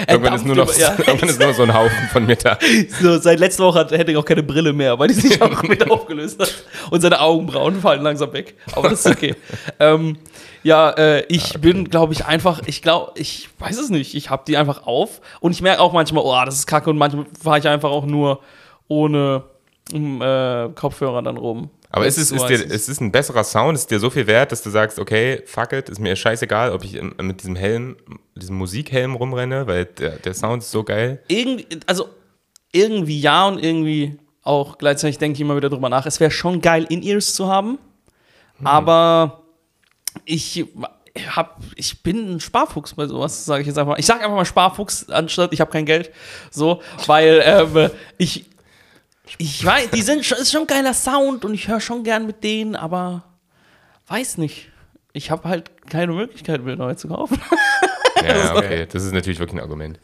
S2: Irgendwann ist, nur noch,
S4: dampft über- ja.
S2: irgendwann ist nur noch so ein Haufen von mir da.
S4: so, seit letzter Woche hat, hätte ich auch keine Brille mehr, weil die sich auch mit aufgelöst hat. Und seine Augenbrauen fallen langsam weg. Aber das ist okay. ähm, ja, äh, ich bin, glaube ich, einfach, ich glaube, ich weiß es nicht. Ich habe die einfach auf und ich merke auch manchmal, oh, das ist kacke. Und manchmal fahre ich einfach auch nur ohne mm, äh, Kopfhörer dann rum.
S2: Aber ist es,
S4: So
S2: ist,
S4: heißt
S2: dir,
S4: es.
S2: ist es ein besserer Sound? Ist dir so viel wert, dass du sagst, okay, fuck it, ist mir scheißegal, ob ich ähm, mit diesem Helm, diesem Musikhelm rumrenne, weil der, der Sound ist so geil.
S4: irgendwie, also irgendwie ja und irgendwie auch gleichzeitig denke ich immer wieder drüber nach. Es wäre schon geil, In-Ears zu haben, aber ich hab, ich bin ein Sparfuchs bei sowas, sage ich jetzt einfach. mal. Ich sage einfach mal Sparfuchs anstatt ich habe kein Geld, so, weil ähm, ich ich weiß, die sind schon, ist schon ein geiler Sound und ich höre schon gern mit denen, aber weiß nicht. Ich habe halt keine Möglichkeit, mir neue zu kaufen.
S2: Ja, okay, das ist natürlich wirklich ein Argument.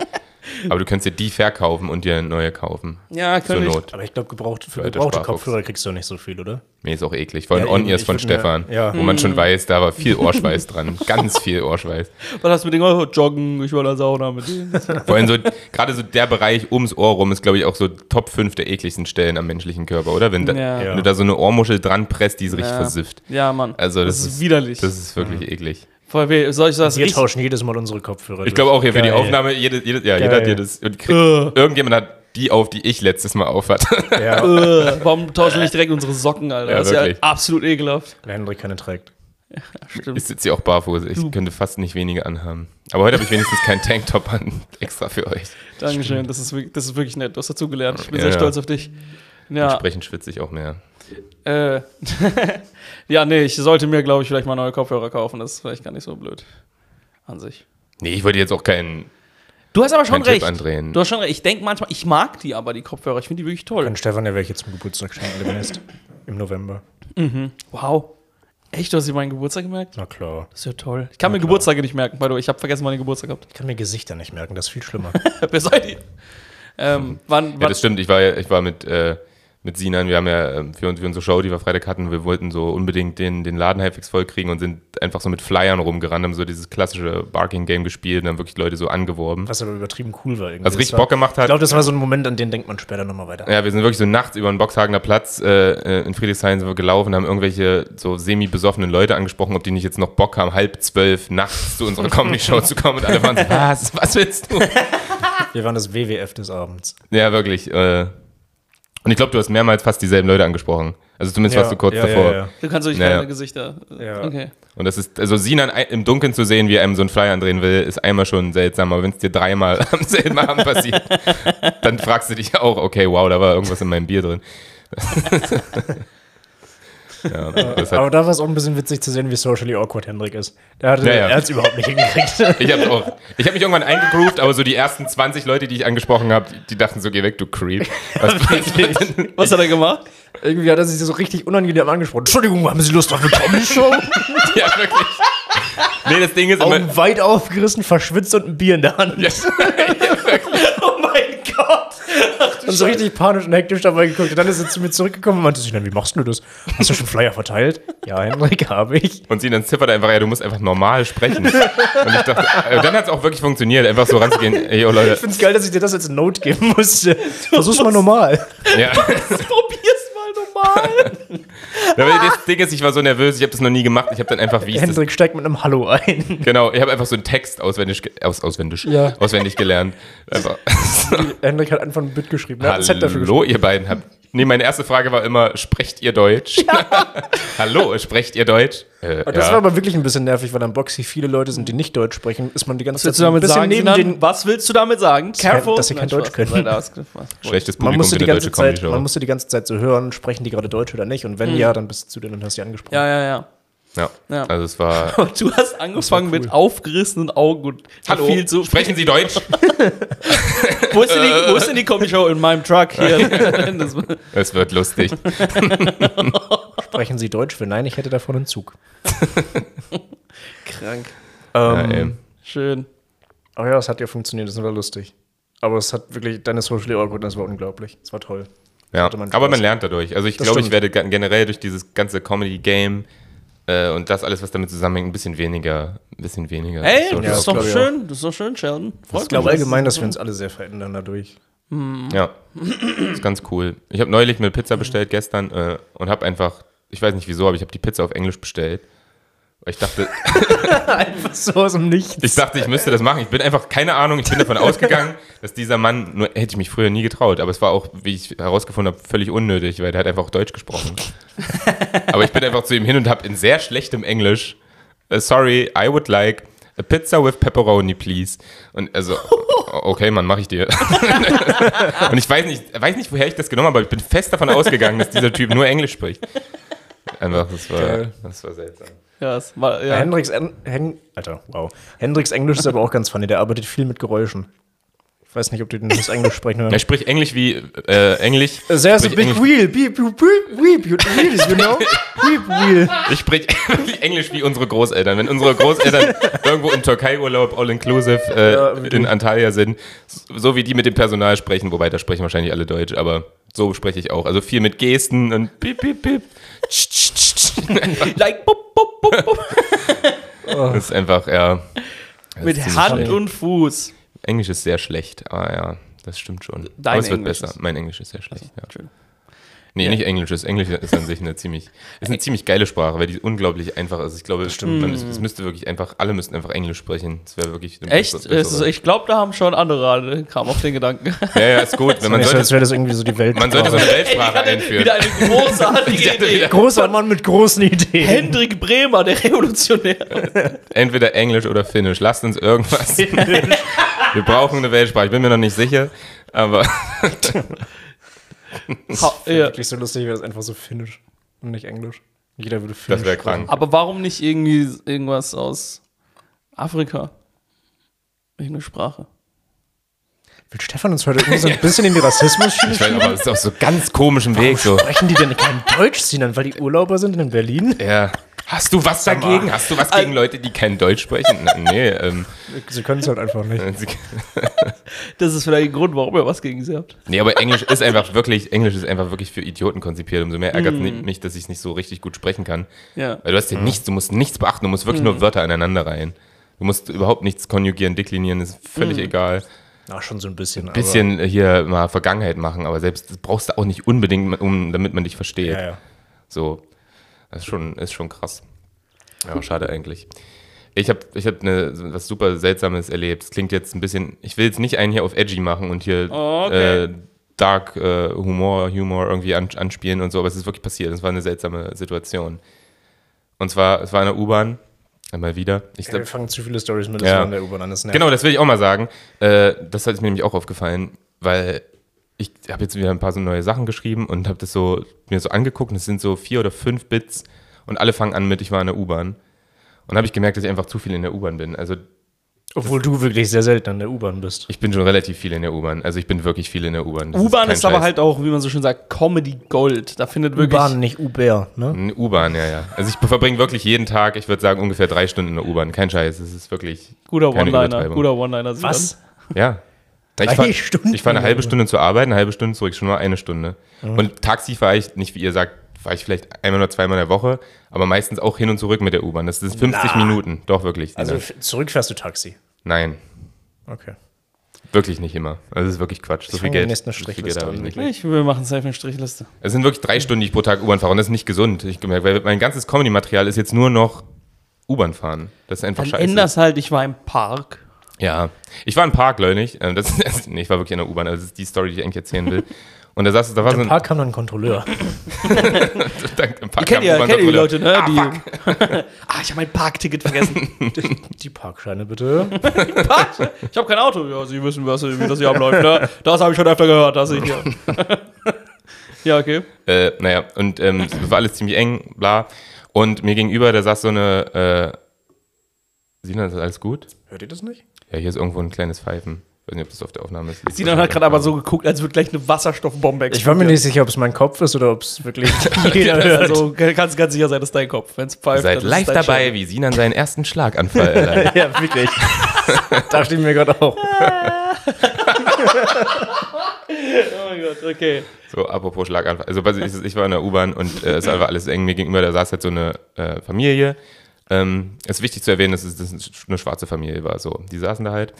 S2: Aber du könntest dir die verkaufen und dir eine neue kaufen.
S4: Ja,
S2: Zur
S4: könnte ich.
S2: Not.
S1: Aber ich glaube, gebraucht, für
S2: Leute,
S1: gebrauchte
S2: Sparfuchs.
S1: Kopfhörer kriegst du nicht so viel, oder?
S2: Mir ist auch eklig. Vor allem
S1: Ja, eben,
S2: On-Ears
S1: ich
S2: von
S1: würd mir-
S2: Stefan,
S1: ja.
S2: wo man
S4: Mhm.
S2: schon weiß, da war viel Ohrschweiß dran. Ganz viel Ohrschweiß.
S4: Was hast du mit denen gemacht? Joggen, ich war in der Sauna mit denen.
S2: Vor allem so, gerade so der Bereich ums Ohr rum ist, glaube ich, auch so Top 5 der ekligsten Stellen am menschlichen Körper, oder? Wenn, da,
S4: Ja.
S2: wenn du da so eine Ohrmuschel dran presst, die ist richtig
S4: Ja.
S2: versifft.
S4: Ja, Mann.
S2: Also das,
S4: ist widerlich.
S2: Das ist wirklich eklig.
S4: Voll weh. Soll ich das
S1: Wir
S4: richtig?
S1: tauschen jedes Mal unsere Kopfhörer.
S2: Ich glaube auch hier für die
S1: Geil.
S2: Aufnahme, jede, jede, ja, jeder hat
S1: Geil.
S2: jedes. Und kriegt, irgendjemand hat die auf, die ich letztes Mal auf hatte.
S1: Ja,
S4: Äh, warum tauschen wir nicht direkt unsere Socken, Alter?
S2: Ja,
S4: das ist ja
S2: wirklich.
S4: absolut ekelhaft.
S1: weil Hendrik keine trägt.
S2: Ich sitze hier auch barfuß. Ich könnte fast nicht wenige anhaben. Aber heute habe ich wenigstens keinen Tanktop an, extra für euch.
S4: Dankeschön. Das ist, wirklich- das ist wirklich nett. Du hast dazugelernt. Ich bin
S2: Ja,
S4: sehr
S2: ja.
S4: stolz auf dich. Ja,
S2: Entsprechend schwitze ich auch mehr.
S4: äh, ja, nee, ich sollte mir, glaube ich, vielleicht mal neue Kopfhörer kaufen. Das ist vielleicht gar nicht so blöd. An sich.
S2: Nee, ich wollte jetzt auch keinen.
S4: Du hast aber schon
S2: Kein Tipp
S4: recht.
S2: andrehen.
S4: Du hast schon recht. Ich denke manchmal, ich mag die aber, die Kopfhörer. Ich finde die wirklich toll.
S1: Kann Stefan ja welche zum Geburtstag schenken demnächst. Im November.
S4: Wow. Echt, du hast dir meinen Geburtstag gemerkt?
S1: Na klar.
S4: Das ist ja toll. Ich kann mir Geburtstage nicht merken, by the way. Ich habe vergessen, wann ich Geburtstag gehabt.
S1: Ich kann mir Gesichter nicht merken, das ist viel schlimmer.
S4: Wer seid ihr? Ähm, wann,
S2: Ja,
S4: wann,
S2: das stimmt. Ich war, ja- ich war mit, äh, mit Sinan, wir haben ja ähm, für, uns, für unsere Show, die wir Freitag hatten, wir wollten so unbedingt den, den Laden halbwegs voll kriegen und sind einfach so mit Flyern rumgerannt, haben so dieses klassische Barking-Game gespielt und haben wirklich Leute so angeworben.
S1: Was aber übertrieben cool war. irgendwie.
S2: Was richtig
S1: Das war-
S2: Bock gemacht
S1: Ich
S2: hat.
S1: glaube, das war so ein Moment, an den denkt man später nochmal weiter.
S2: Ja, wir sind wirklich so nachts über den Boxhagener Platz äh, äh, in Friedrichshain sind wir gelaufen, haben irgendwelche so semi-besoffenen Leute angesprochen, ob die nicht jetzt noch Bock haben, halb zwölf nachts zu unserer Comedy-Show zu kommen. Und alle waren so, was, was willst du?
S1: Wir waren das WWF des Abends.
S2: Ja, wirklich. Äh. Und ich glaube, du hast mehrmals fast dieselben Leute angesprochen. Also zumindest warst du kurz
S1: ja,
S2: davor.
S1: Ja, ja.
S4: Du kannst doch nicht
S2: Naja.
S4: keine Gesichter.
S1: Ja.
S4: Okay.
S2: Und das ist, also Sinan ein- im Dunkeln zu sehen, wie er einem so einen Flyer andrehen will, ist einmal schon seltsam, aber wenn es dir dreimal am selben Abend passiert, dann fragst du dich auch, okay, wow, da war irgendwas in meinem Bier drin. ja, das hat,
S1: Aber da war es auch ein bisschen witzig zu sehen, wie socially awkward Hendrik ist. Der hatte
S2: Ja, ja.
S1: er hat's überhaupt nicht hingekriegt.
S2: ich habe auch, ich habe mich irgendwann eingegroovt, aber so die ersten 20 Leute, die ich angesprochen habe, die dachten so, geh weg, du Creep. Was
S4: Was hat er gemacht?
S1: Irgendwie hat er sich so richtig unangenehm angesprochen. Entschuldigung, haben Sie Lust auf eine Comedy-Show?
S2: ja, wirklich. Nee, das Ding ist immer,
S1: Augen weit aufgerissen, verschwitzt und ein Bier in der Hand.
S2: Ja.
S1: oh mein Gott! und so richtig panisch und hektisch dabei geguckt. Und dann ist er zu mir zurückgekommen und meinte sich, dann, wie machst du das? Hast du schon Flyer verteilt? Ja, Hendrik, habe ich.
S2: Und sie dann ziffert einfach, ja, du musst einfach normal sprechen. Und ich dachte, äh, dann hat es auch wirklich funktioniert, einfach so ranzugehen, ey, yo, Leute.
S1: Ich finde es geil, dass ich dir das als Note geben musste. Versuch's mal normal.
S2: Ja.
S4: Probier's mal normal.
S2: Aber das Ding ist, ich war so nervös, ich habe das noch nie gemacht. Ich habe dann einfach, wie ich das,
S1: Hendrik steigt mit einem Hallo ein.
S2: genau, ich habe einfach so einen Text auswendig, ge- aus, auswendig,
S1: Ja.
S2: auswendig gelernt. Einfach,
S1: Hendrik hat einfach ein Bit geschrieben. Er hat ein Set dafür geschrieben.
S2: hallo, ihr beiden habt. Nee, meine erste Frage war immer, sprecht ihr Deutsch? hallo, sprecht ihr Deutsch? Äh,
S1: Und das
S2: ja.
S1: war aber wirklich ein bisschen nervig, weil am Boxy viele Leute sind, die nicht Deutsch sprechen, ist man die ganze Zeit
S4: Willst du
S1: so ein
S4: damit
S1: bisschen
S4: sagen,
S1: neben
S4: Sinan?
S1: den.
S4: was willst du damit sagen?
S1: dass sie kein Deutsch können.
S2: Schlechtes Publikum
S1: Man musste,
S2: für
S1: die
S2: eine
S1: ganze
S2: deutsche Comedy
S1: Zeit,
S2: Show.
S1: man musste die ganze Zeit so hören, sprechen die gerade Deutsch oder nicht? Und wenn ja, dann bist du denn und hast sie angesprochen.
S4: Ja, ja, ja.
S2: ja.
S4: Ja.
S2: Also es war.
S4: Und du hast angefangen mit aufgerissenen Augen und
S2: Hallo,
S4: viel zu.
S2: sprechen Sie Deutsch?
S4: Wo ist denn die, wo ist denn die Comedy-Show in meinem Truck hier? das,
S2: Es wird lustig.
S1: Sprechen sie Deutsch? Wenn nein, ich hätte davon einen Zug.
S4: krank.
S1: Ähm,
S2: Ja, ey.
S4: Schön.
S1: Aber oh ja, es hat ja funktioniert, das war lustig. Aber es hat wirklich, deine Social Awkwardness war unglaublich. Es war toll.
S2: Ja,
S1: hatte man
S2: aber
S1: Spaß.
S2: man lernt dadurch. Also ich
S1: Das
S2: glaube, ich
S1: stimmt.
S2: werde ga- generell durch dieses ganze Comedy-Game Äh, und das alles, was damit zusammenhängt, ein bisschen weniger. Ein bisschen weniger.
S4: Ey,
S2: so,
S4: das
S1: ja,
S4: ist doch
S1: glaub ich
S4: schön, das ist doch schön, Sheldon. Freut
S1: Ich glaube
S4: mich.
S1: allgemein, dass wir uns alle sehr verändern dadurch.
S2: Ja, ist ganz cool. Ich habe neulich mir Pizza bestellt gestern äh, und habe einfach, ich weiß nicht wieso, aber ich habe die Pizza auf Englisch bestellt. Weil ich dachte,
S1: So aus dem Nichts.
S2: ich dachte, ich müsste das machen. Ich bin einfach, keine Ahnung, ich bin davon ausgegangen, dass dieser Mann, nur hätte ich mich früher nie getraut, aber es war auch, wie ich herausgefunden habe, völlig unnötig, weil der hat einfach auch Deutsch gesprochen. aber ich bin einfach zu ihm hin und habe in sehr schlechtem Englisch, äh, sorry, I would like a pizza with pepperoni, please. Und also, okay, Mann, mache ich dir. und ich weiß nicht, weiß nicht, woher ich das genommen habe, aber ich bin fest davon ausgegangen, dass dieser Typ nur Englisch spricht. Einfach, das war,
S1: Geil.
S2: das war seltsam.
S4: Ja, es war, ja.
S1: Hendrix, En- Hen Alter, wow. Hendrix Englisch ist aber auch ganz funny. Der arbeitet viel mit Geräuschen. Ich weiß nicht, ob du den das Englisch sprechen
S2: Er
S1: hörst.
S2: spricht Englisch wie äh, Englisch.
S1: There's a
S2: Sprich
S1: big
S2: Englisch-
S1: wheel. Beep, beep, beep, beep, beep, beep, you know? Beep, wheel.
S2: Ich spreche Englisch wie unsere Großeltern. Wenn unsere Großeltern irgendwo im Türkei-Urlaub all-inclusive äh,
S1: Ja, wie du.
S2: in Antalya sind, so wie die mit dem Personal sprechen, wobei da sprechen wahrscheinlich alle Deutsch, aber so spreche ich auch. Also viel mit Gesten und piep, piep, piep. Tsch, tsch, tsch, tsch.
S4: Like, bup, bup, bup, bup.
S2: Das ist einfach, ja. das
S4: Mit
S2: ist ziemlich
S4: Hand
S2: schlecht.
S4: und Fuß.
S2: Englisch ist sehr schlecht. Ah ja, das stimmt schon.
S4: Dein
S2: aber es wird
S4: Englisch
S2: besser.
S4: ist- Also,
S2: Mein Englisch ist sehr schlecht. ja.
S4: Entschuldigung.
S2: Nee, nicht Englisch. Das Englisch ist an sich eine ziemlich, ist eine ziemlich geile Sprache, weil die unglaublich einfach ist. Ich glaube, man ist, es müsste wirklich einfach, alle müssten einfach Englisch sprechen. Das wäre wirklich eine
S4: Echt?
S2: bessere-
S4: Es ist, ich glaube, da haben schon andere alle- kamen auf den Gedanken.
S2: Ja, ja, ist gut. Wenn
S1: Man
S2: man,
S1: so, als
S2: sollte,
S1: wäre das irgendwie so die Welt.
S2: man sollte so eine Weltsprache einführen.
S4: Wieder eine großartige
S2: hatte
S4: Idee.
S2: wieder-
S1: Großer Mann mit großen Ideen.
S4: Hendrik Bremer, der Revolutionär.
S2: Entweder Englisch oder Finnisch. Lasst uns irgendwas. Wir brauchen eine Weltsprache. Ich bin mir noch nicht sicher, aber
S4: Ha- ja.
S1: Wirklich so lustig wäre es einfach so finnisch und nicht englisch. Jeder würde finnisch.
S2: das wäre
S1: sprechen.
S2: krank.
S4: Aber warum nicht irgendwie irgendwas aus Afrika? Irgendeine Sprache.
S1: Will Stefan uns heute irgendwie so ein bisschen in die rassismus
S2: Ich weiß, aber es ist auf so ganz komischem Weg so.
S1: Sprechen die denn kein Deutsch, sondern weil die Urlauber sind in Berlin?
S2: Ja. Hast du was dagegen? Hast du was gegen Leute, die kein Deutsch sprechen? Na, Nee, ähm,
S1: Sie können es halt einfach nicht.
S2: äh, sie-
S4: Das ist vielleicht ein Grund, warum ihr was gegen sie habt.
S2: nee, aber Englisch ist einfach wirklich, Englisch ist einfach wirklich für Idioten konzipiert. Umso mehr ärgert ni- mich, dass ich es nicht so richtig gut sprechen kann.
S4: Ja.
S2: Weil du hast ja nichts, du musst nichts beachten, du musst wirklich nur Wörter aneinander reihen. Du musst überhaupt nichts konjugieren, deklinieren, ist völlig egal.
S1: Na, schon so ein bisschen.
S2: Bisschen äh, hier mal Vergangenheit machen, aber selbst das brauchst du auch nicht unbedingt, um, damit man dich versteht.
S1: Aber, ja, ja.
S2: So, das ist schon, ist schon krass. Ja, schade eigentlich. Ich habe ich hab ne, was super Seltsames erlebt. Es klingt jetzt ein bisschen, ich will jetzt nicht einen hier auf edgy machen und hier
S4: Oh, okay.
S2: äh, Dark äh, Humor, Humor irgendwie an, anspielen und so, aber es ist wirklich passiert. Es war eine seltsame Situation. Und zwar, es war in der U-Bahn, einmal wieder. Ich
S1: Ey,
S2: glaub,
S1: wir fangen zu viele Stories mit
S2: Ja.
S1: an der U-Bahn an. Das nervt.
S2: Genau, das will ich auch mal sagen. Äh, das hat mir nämlich auch aufgefallen, weil ich habe jetzt wieder ein paar so neue Sachen geschrieben und habe das so mir so angeguckt. Und es sind so vier oder fünf Bits und alle fangen an mit, ich war in der U-Bahn. Und habe ich gemerkt, dass ich einfach zu viel in der U-Bahn bin. Also
S1: Obwohl du wirklich sehr selten an der U-Bahn bist.
S2: ich bin schon relativ viel in der U-Bahn. Also ich bin wirklich viel in der U-Bahn. Das
S4: U-Bahn
S2: kein
S4: ist, aber
S2: Scheiß.
S4: halt auch, wie man so schön sagt, Comedy Gold. Da findet wirklich.
S1: U-Bahn, nicht Uber, ne?
S4: halt
S2: Eine U-Bahn, ja, ja. Also ich verbringe wirklich jeden Tag, ich würde sagen, ungefähr drei Stunden in der U-Bahn. Kein Scheiß, es ist wirklich.
S4: Guter
S2: keine
S4: One-Liner.
S2: Übertreibung.
S4: Guter One-Liner.
S1: Was?
S2: Ja. Ich
S1: Drei
S2: fahre
S1: Stunden?
S2: ich fahr eine halbe Stunde zur Arbeit, eine halbe Stunde zurück, schon mal eine Stunde.
S1: Mhm.
S2: Und Taxi fahre ich, nicht wie ihr sagt, fahre ich vielleicht einmal oder zweimal in der Woche, aber meistens auch hin und zurück mit der U-Bahn. Das sind 50 Minuten, doch wirklich.
S1: Also
S2: Nina.
S1: f- zurück fährst du Taxi.
S2: Nein,
S1: Okay.
S2: wirklich nicht immer. Also das ist wirklich Quatsch. So
S1: Ich
S2: viel
S1: fange mir
S2: Geld.
S1: nächsten
S2: so viel Geld
S1: Strichliste
S2: habe ich
S1: an.
S2: nicht.
S4: Ich, wir machen safe eine Strichliste.
S2: Es sind wirklich drei Stunden, die ich pro Tag U-Bahn fahre und das ist nicht gesund. Ich gemerkt, weil mein ganzes Comedy-Material ist jetzt nur noch U-Bahn fahren. Das ist einfach
S4: Dann
S2: scheiße.
S4: änderst halt, ich war im Park.
S2: Ja, ich war im Park neulich. ähm, Das, das, nee, ich war wirklich in der U-Bahn. Also das ist die Story, die ich eigentlich erzählen will. Und da saß, da war so
S1: Im
S2: ein,
S1: Park kam dann ein Kontrolleur.
S2: Dank, im Park
S4: Kennt
S2: haben
S4: ihr,
S2: U-Bahn
S4: kennt ihr die
S2: Kontrolleure.
S4: Leute, ne? Ah, die, ah ich habe mein Parkticket vergessen.
S1: Die Parkscheine bitte.
S4: Ich habe kein Auto. Ja, Sie wissen, was, wie das hier abläuft, ne? Das habe ich schon öfter gehört, dass ich hier. ja, okay.
S2: Äh, naja, und ähm, es war alles ziemlich eng, bla. Und mir gegenüber, da saß so eine. Äh, Sinan, ist alles gut?
S1: Hört ihr das nicht?
S2: Ja, hier ist irgendwo ein kleines Pfeifen. Ich weiß nicht, ob das auf der Aufnahme ist.
S4: Sinan Genau, hat gerade aber so geguckt, als würde gleich eine Wasserstoffbombe
S1: Ich war mir
S4: explodieren.
S1: nicht sicher, ob es mein Kopf ist oder ob es wirklich jeder hört.
S4: Also kannst ganz sicher sein, dass dein Kopf, wenn es pfeift.
S2: Seid
S4: dann ist
S2: live
S4: dein
S2: dabei,
S4: Schaden.
S2: wie Sinan seinen ersten Schlaganfall erleidet.
S1: ja, wirklich. Dachte ich mir gerade auch.
S4: Oh mein Gott, okay.
S2: So, apropos Schlaganfall. Also, was ich, ich war in der U-Bahn und äh, es war einfach alles eng. Mir gegenüber, da saß halt so eine äh, Familie. Ähm, es ist wichtig zu erwähnen, dass es dass es eine schwarze Familie war. So, die saßen da halt.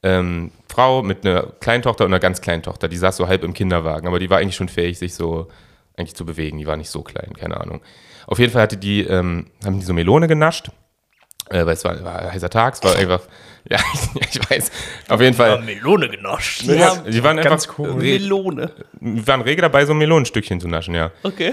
S2: Ähm, Frau mit einer Kleintochter und einer ganz kleinen Tochter. Die saß so halb im Kinderwagen, aber die war eigentlich schon fähig, sich so eigentlich zu bewegen. Die war nicht so klein, keine Ahnung. Auf jeden Fall hatte die, ähm, haben die so Melone genascht. Äh, weil es war, war ein heißer Tag, es war einfach. Ja, ich, ich weiß. Auf jeden
S1: Ja,
S2: Fall.
S1: Melone genascht.
S2: Die,
S4: haben-
S2: waren
S1: Ganz
S2: einfach
S1: cool.
S2: re-
S4: Melone.
S2: wir waren rege dabei, so ein Melonenstückchen zu naschen, ja.
S4: Okay.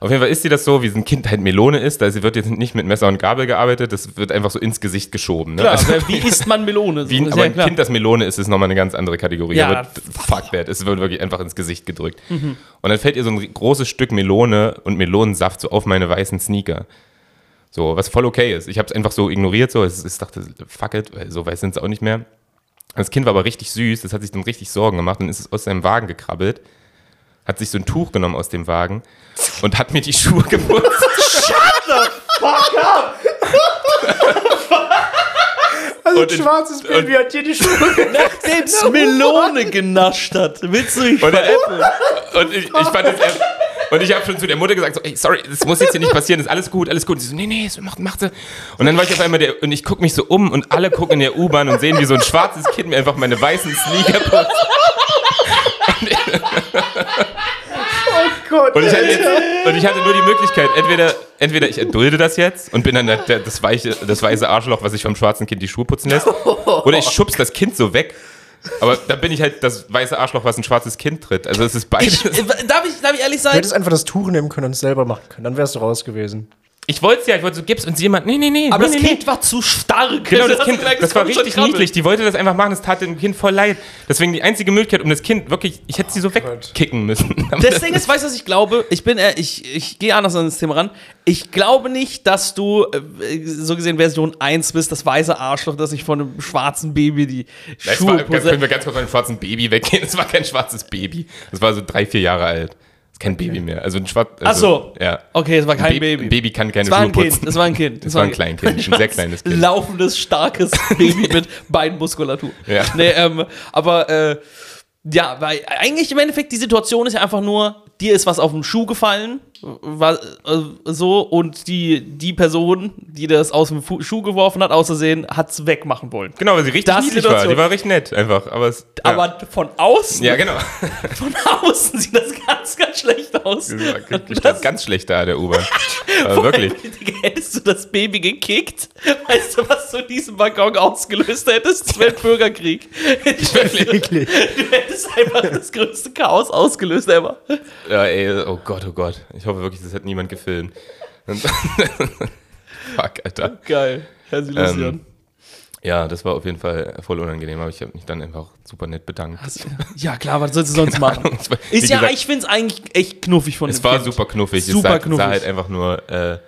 S2: Auf jeden Fall ist sie das so, wie ein Kind halt Melone ist. Also sie wird jetzt nicht mit Messer und Gabel gearbeitet, das wird einfach so ins Gesicht geschoben. Ne?
S4: Klar,
S2: also,
S4: aber wie isst man Melone? So,
S2: wie,
S4: ist
S2: aber
S4: ja
S2: ein
S4: klar.
S2: Kind, das Melone ist, ist nochmal eine ganz andere Kategorie.
S4: Ja. Mhm.
S2: Da Wird, fuck that, es wird wirklich einfach ins Gesicht gedrückt. Und dann fällt ihr so ein ri- großes Stück Melone und Melonensaft so auf meine weißen Sneaker. So, was voll okay ist. Ich habe es einfach so ignoriert, so. Ich, ich dachte, fuck it, weil so weiß sind es auch nicht mehr. Das Kind war aber richtig süß, das hat sich dann richtig Sorgen gemacht und ist es aus seinem Wagen gekrabbelt, hat sich so ein Tuch genommen aus dem Wagen und hat mir die Schuhe geputzt.
S1: Also
S2: Und in-
S1: schwarzes Baby hat hier die Schuhe
S4: Nachdem es Melone genascht hat. Willst du mich
S2: Und, dann,
S4: veräppeln?
S2: und ich, ich fand das erst. Und ich habe schon zu der Mutter gesagt, so, ey, sorry, das muss jetzt hier nicht passieren, ist alles gut, alles gut. Und sie so, nee, nee, es macht, macht sie. Und dann war ich auf einmal der, und ich guck mich so um und alle gucken in der U-Bahn und sehen, wie so ein schwarzes Kind mir einfach meine weißen Sneaker putzt.
S1: Gott.
S2: Und ich, hatte jetzt, und ich hatte nur die Möglichkeit, entweder, entweder ich erdulde das jetzt und bin dann der, der, das, weiche, das weiße Arschloch, was sich vom schwarzen Kind die Schuhe putzen lässt, oder ich schubs das Kind so weg. Aber dann bin ich halt das weiße Arschloch, was ein schwarzes Kind tritt. Also es ist beides.
S4: Äh, Darf ich, darf ich ehrlich
S1: Du
S4: sein?
S1: hättest einfach das Tuch nehmen können und es selber machen können. Dann wärst du raus gewesen.
S2: Ich wollte es ja, ich wollte so, gib's uns jemand. Nee, nee, nee.
S4: Aber
S2: nee, nee,
S4: das
S2: nee.
S4: Kind war zu stark.
S2: Genau,
S4: Also
S2: das Kind,
S4: hast du gemerkt,
S2: das war
S4: kommt schon
S2: richtig
S4: krabbeln.
S2: niedlich. Die wollte das einfach machen, das tat dem Kind voll leid. Deswegen die einzige Möglichkeit, um das Kind wirklich, ich hätte sie so wegkicken müssen.
S4: Oh Das Ding ist, weißt du, was ich glaube? Ich bin, äh, ich, ich gehe anders an das Thema ran. Ich glaube nicht, dass du äh, so gesehen Version 1 bist, das weiße Arschloch, das sich von einem schwarzen Baby die
S2: Das war,
S4: Schuhe
S2: ganz, können
S4: putzt.
S2: wir ganz kurz von dem schwarzen Baby weggehen. Das war kein schwarzes Baby. Das war so drei, vier Jahre alt. Das ist kein Baby mehr. Also ein schwarz. Also,
S4: so.
S2: Ja.
S4: Okay, es war kein
S2: Ein
S4: Baby.
S2: Ein Baby kann keine
S4: Das war
S2: Schuhe
S4: ein
S2: putzen.
S4: Kind, das war ein Kind.
S2: Das war ein Kleinkind, ein sehr kleines Kind.
S4: Laufendes, starkes Baby mit Beinmuskulatur.
S2: Ja.
S4: Nee, ähm, aber äh, ja, weil eigentlich im Endeffekt die Situation ist ja einfach nur, dir ist was auf den Schuh gefallen, war, äh, so, und die, die Person, die das aus dem Fu Schuh geworfen hat, außersehen, hat es wegmachen wollen.
S2: Genau, weil sie richtig
S4: Das ist die
S2: niedlich war. Die
S4: Situation.
S2: war recht nett einfach. Aber, es, ja.
S4: Aber von außen,
S2: ja, genau.
S4: von außen sieht das ganz, ganz schlecht aus.
S2: Das war ich stand ganz schlecht da, der U-Bahn. Aber wirklich.
S4: Digga, hättest du das Baby gekickt? Weißt du, was du diesen Waggon ausgelöst hättest? Das wäre ein Bürgerkrieg.
S1: Wirklich.
S4: Du hättest einfach das größte Chaos ausgelöst ever.
S2: Ja, ey, oh Gott, oh Gott. Ich hoffe wirklich, das hat niemand gefilmt. Fuck, Alter.
S4: Geil. Herr Silesian.
S2: Ähm, Ja, das war auf jeden Fall voll unangenehm, aber ich habe mich dann einfach super nett bedankt.
S4: ja, klar, was sollst du sonst machen?
S2: Es war- wie
S4: Ist ja,
S2: gesagt,
S4: ich finde es eigentlich echt knuffig von
S2: es
S4: dem
S2: war
S4: Kind.
S2: super knuffig.
S4: Super
S2: es sah,
S4: knuffig.
S2: sah halt einfach nur, äh,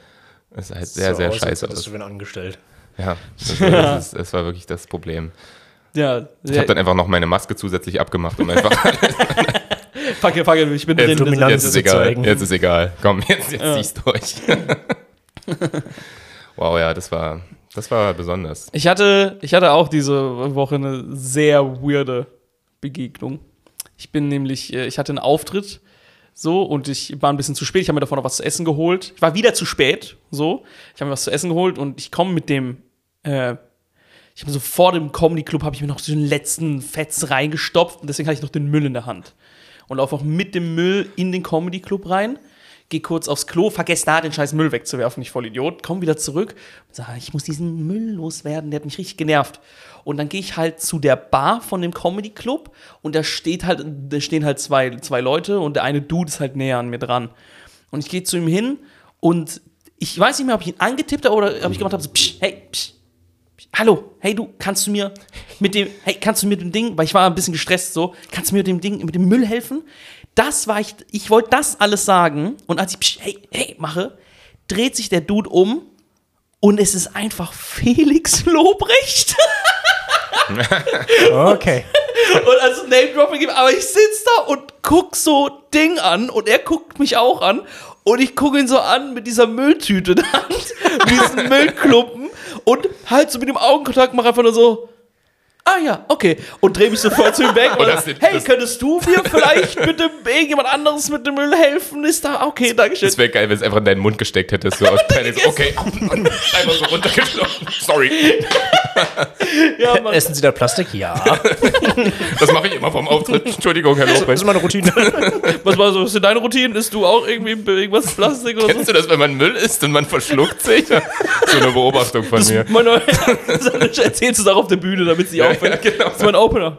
S2: es sah halt sehr,
S1: So
S2: sehr
S1: aus, als
S2: scheiße
S1: hättest
S2: aus.
S1: du wen angestellt.
S2: Ja, das war, das, ist, das war wirklich das Problem.
S4: Ja,
S2: Ich
S4: ja
S2: habe dann einfach noch meine Maske zusätzlich abgemacht, um einfach,
S4: fuck it, fuck it, ich bin
S2: Äh,
S4: drin. wir sind
S1: dominant.
S2: jetzt
S1: das
S2: ist
S1: zu
S2: egal,
S1: zeigen.
S2: jetzt ist egal. Komm, jetzt, jetzt zieh's durch. wow, ja, das war, das war besonders.
S4: Ich hatte, ich hatte auch diese Woche eine sehr weirde Begegnung. Ich bin nämlich, äh, ich hatte einen Auftritt so und ich war ein bisschen zu spät. Ich habe mir davon noch was zu essen geholt. Ich war wieder zu spät so. Ich habe mir was zu essen geholt und ich komme mit dem, äh, ich habe so vor dem Comedy Club habe ich mir noch so den letzten Fetz reingestopft und deswegen hatte ich noch den Müll in der Hand und laufe auch mit dem Müll in den Comedy Club rein. Geh kurz aufs Klo, vergess da den scheiß Müll wegzuwerfen, ich Vollidiot. Komm wieder zurück und sag, ich muss diesen Müll loswerden, der hat mich richtig genervt. Und dann gehe ich halt zu der Bar von dem Comedy Club und da steht halt, da stehen halt zwei, zwei Leute und der eine Dude ist halt näher an mir dran. Und ich gehe zu ihm hin und ich weiß nicht mehr, ob ich ihn angetippt habe oder ob ich gemacht habe, so, psch, hey, psch, Hallo, hey du, kannst du mir mit dem, hey, kannst du mir mit dem Ding, weil ich war ein bisschen gestresst so, kannst du mir mit dem Ding, mit dem Müll helfen? Das war ich, ich wollte das alles sagen und als ich, psch, hey, hey, mache, dreht sich der Dude um und es ist einfach Felix Lobrecht.
S1: Okay.
S4: und also Name-Dropping, gibt, aber ich sitz da und guck so Ding an und er guckt mich auch an und ich gucke ihn so an mit dieser Mülltüte in der Hand, mit diesem Müllklumpen und halt so mit dem Augenkontakt mache einfach nur so, ah ja, okay. Und drehe mich sofort zu ihm weg. Und
S2: das-
S4: dann, hey,
S2: das-
S4: könntest du mir vielleicht bitte irgendjemand anderes mit dem Müll helfen? Ist da, okay, dankeschön.
S2: Es wäre geil, wenn es einfach in deinen Mund gesteckt hättest, so aus Panik. so, Okay, einfach so runtergeschlossen. Sorry,
S4: Ja, Mann.
S1: Essen Sie da Plastik? Ja.
S2: das mache ich immer vom Auftritt. Entschuldigung, Herr
S1: Das
S2: Lopez.
S1: ist meine Routine.
S4: Was war so, was sind deine Routinen? Isst du auch irgendwie irgendwas mit Plastik oder so?
S2: Kennst du das, wenn man Müll isst und man verschluckt sich? So eine Beobachtung von mir.
S4: Mein neuer erzählst du es auch auf der Bühne, damit sie
S2: Ja,
S4: auffällt.
S2: ja, genau.
S4: Das ist mein Opener.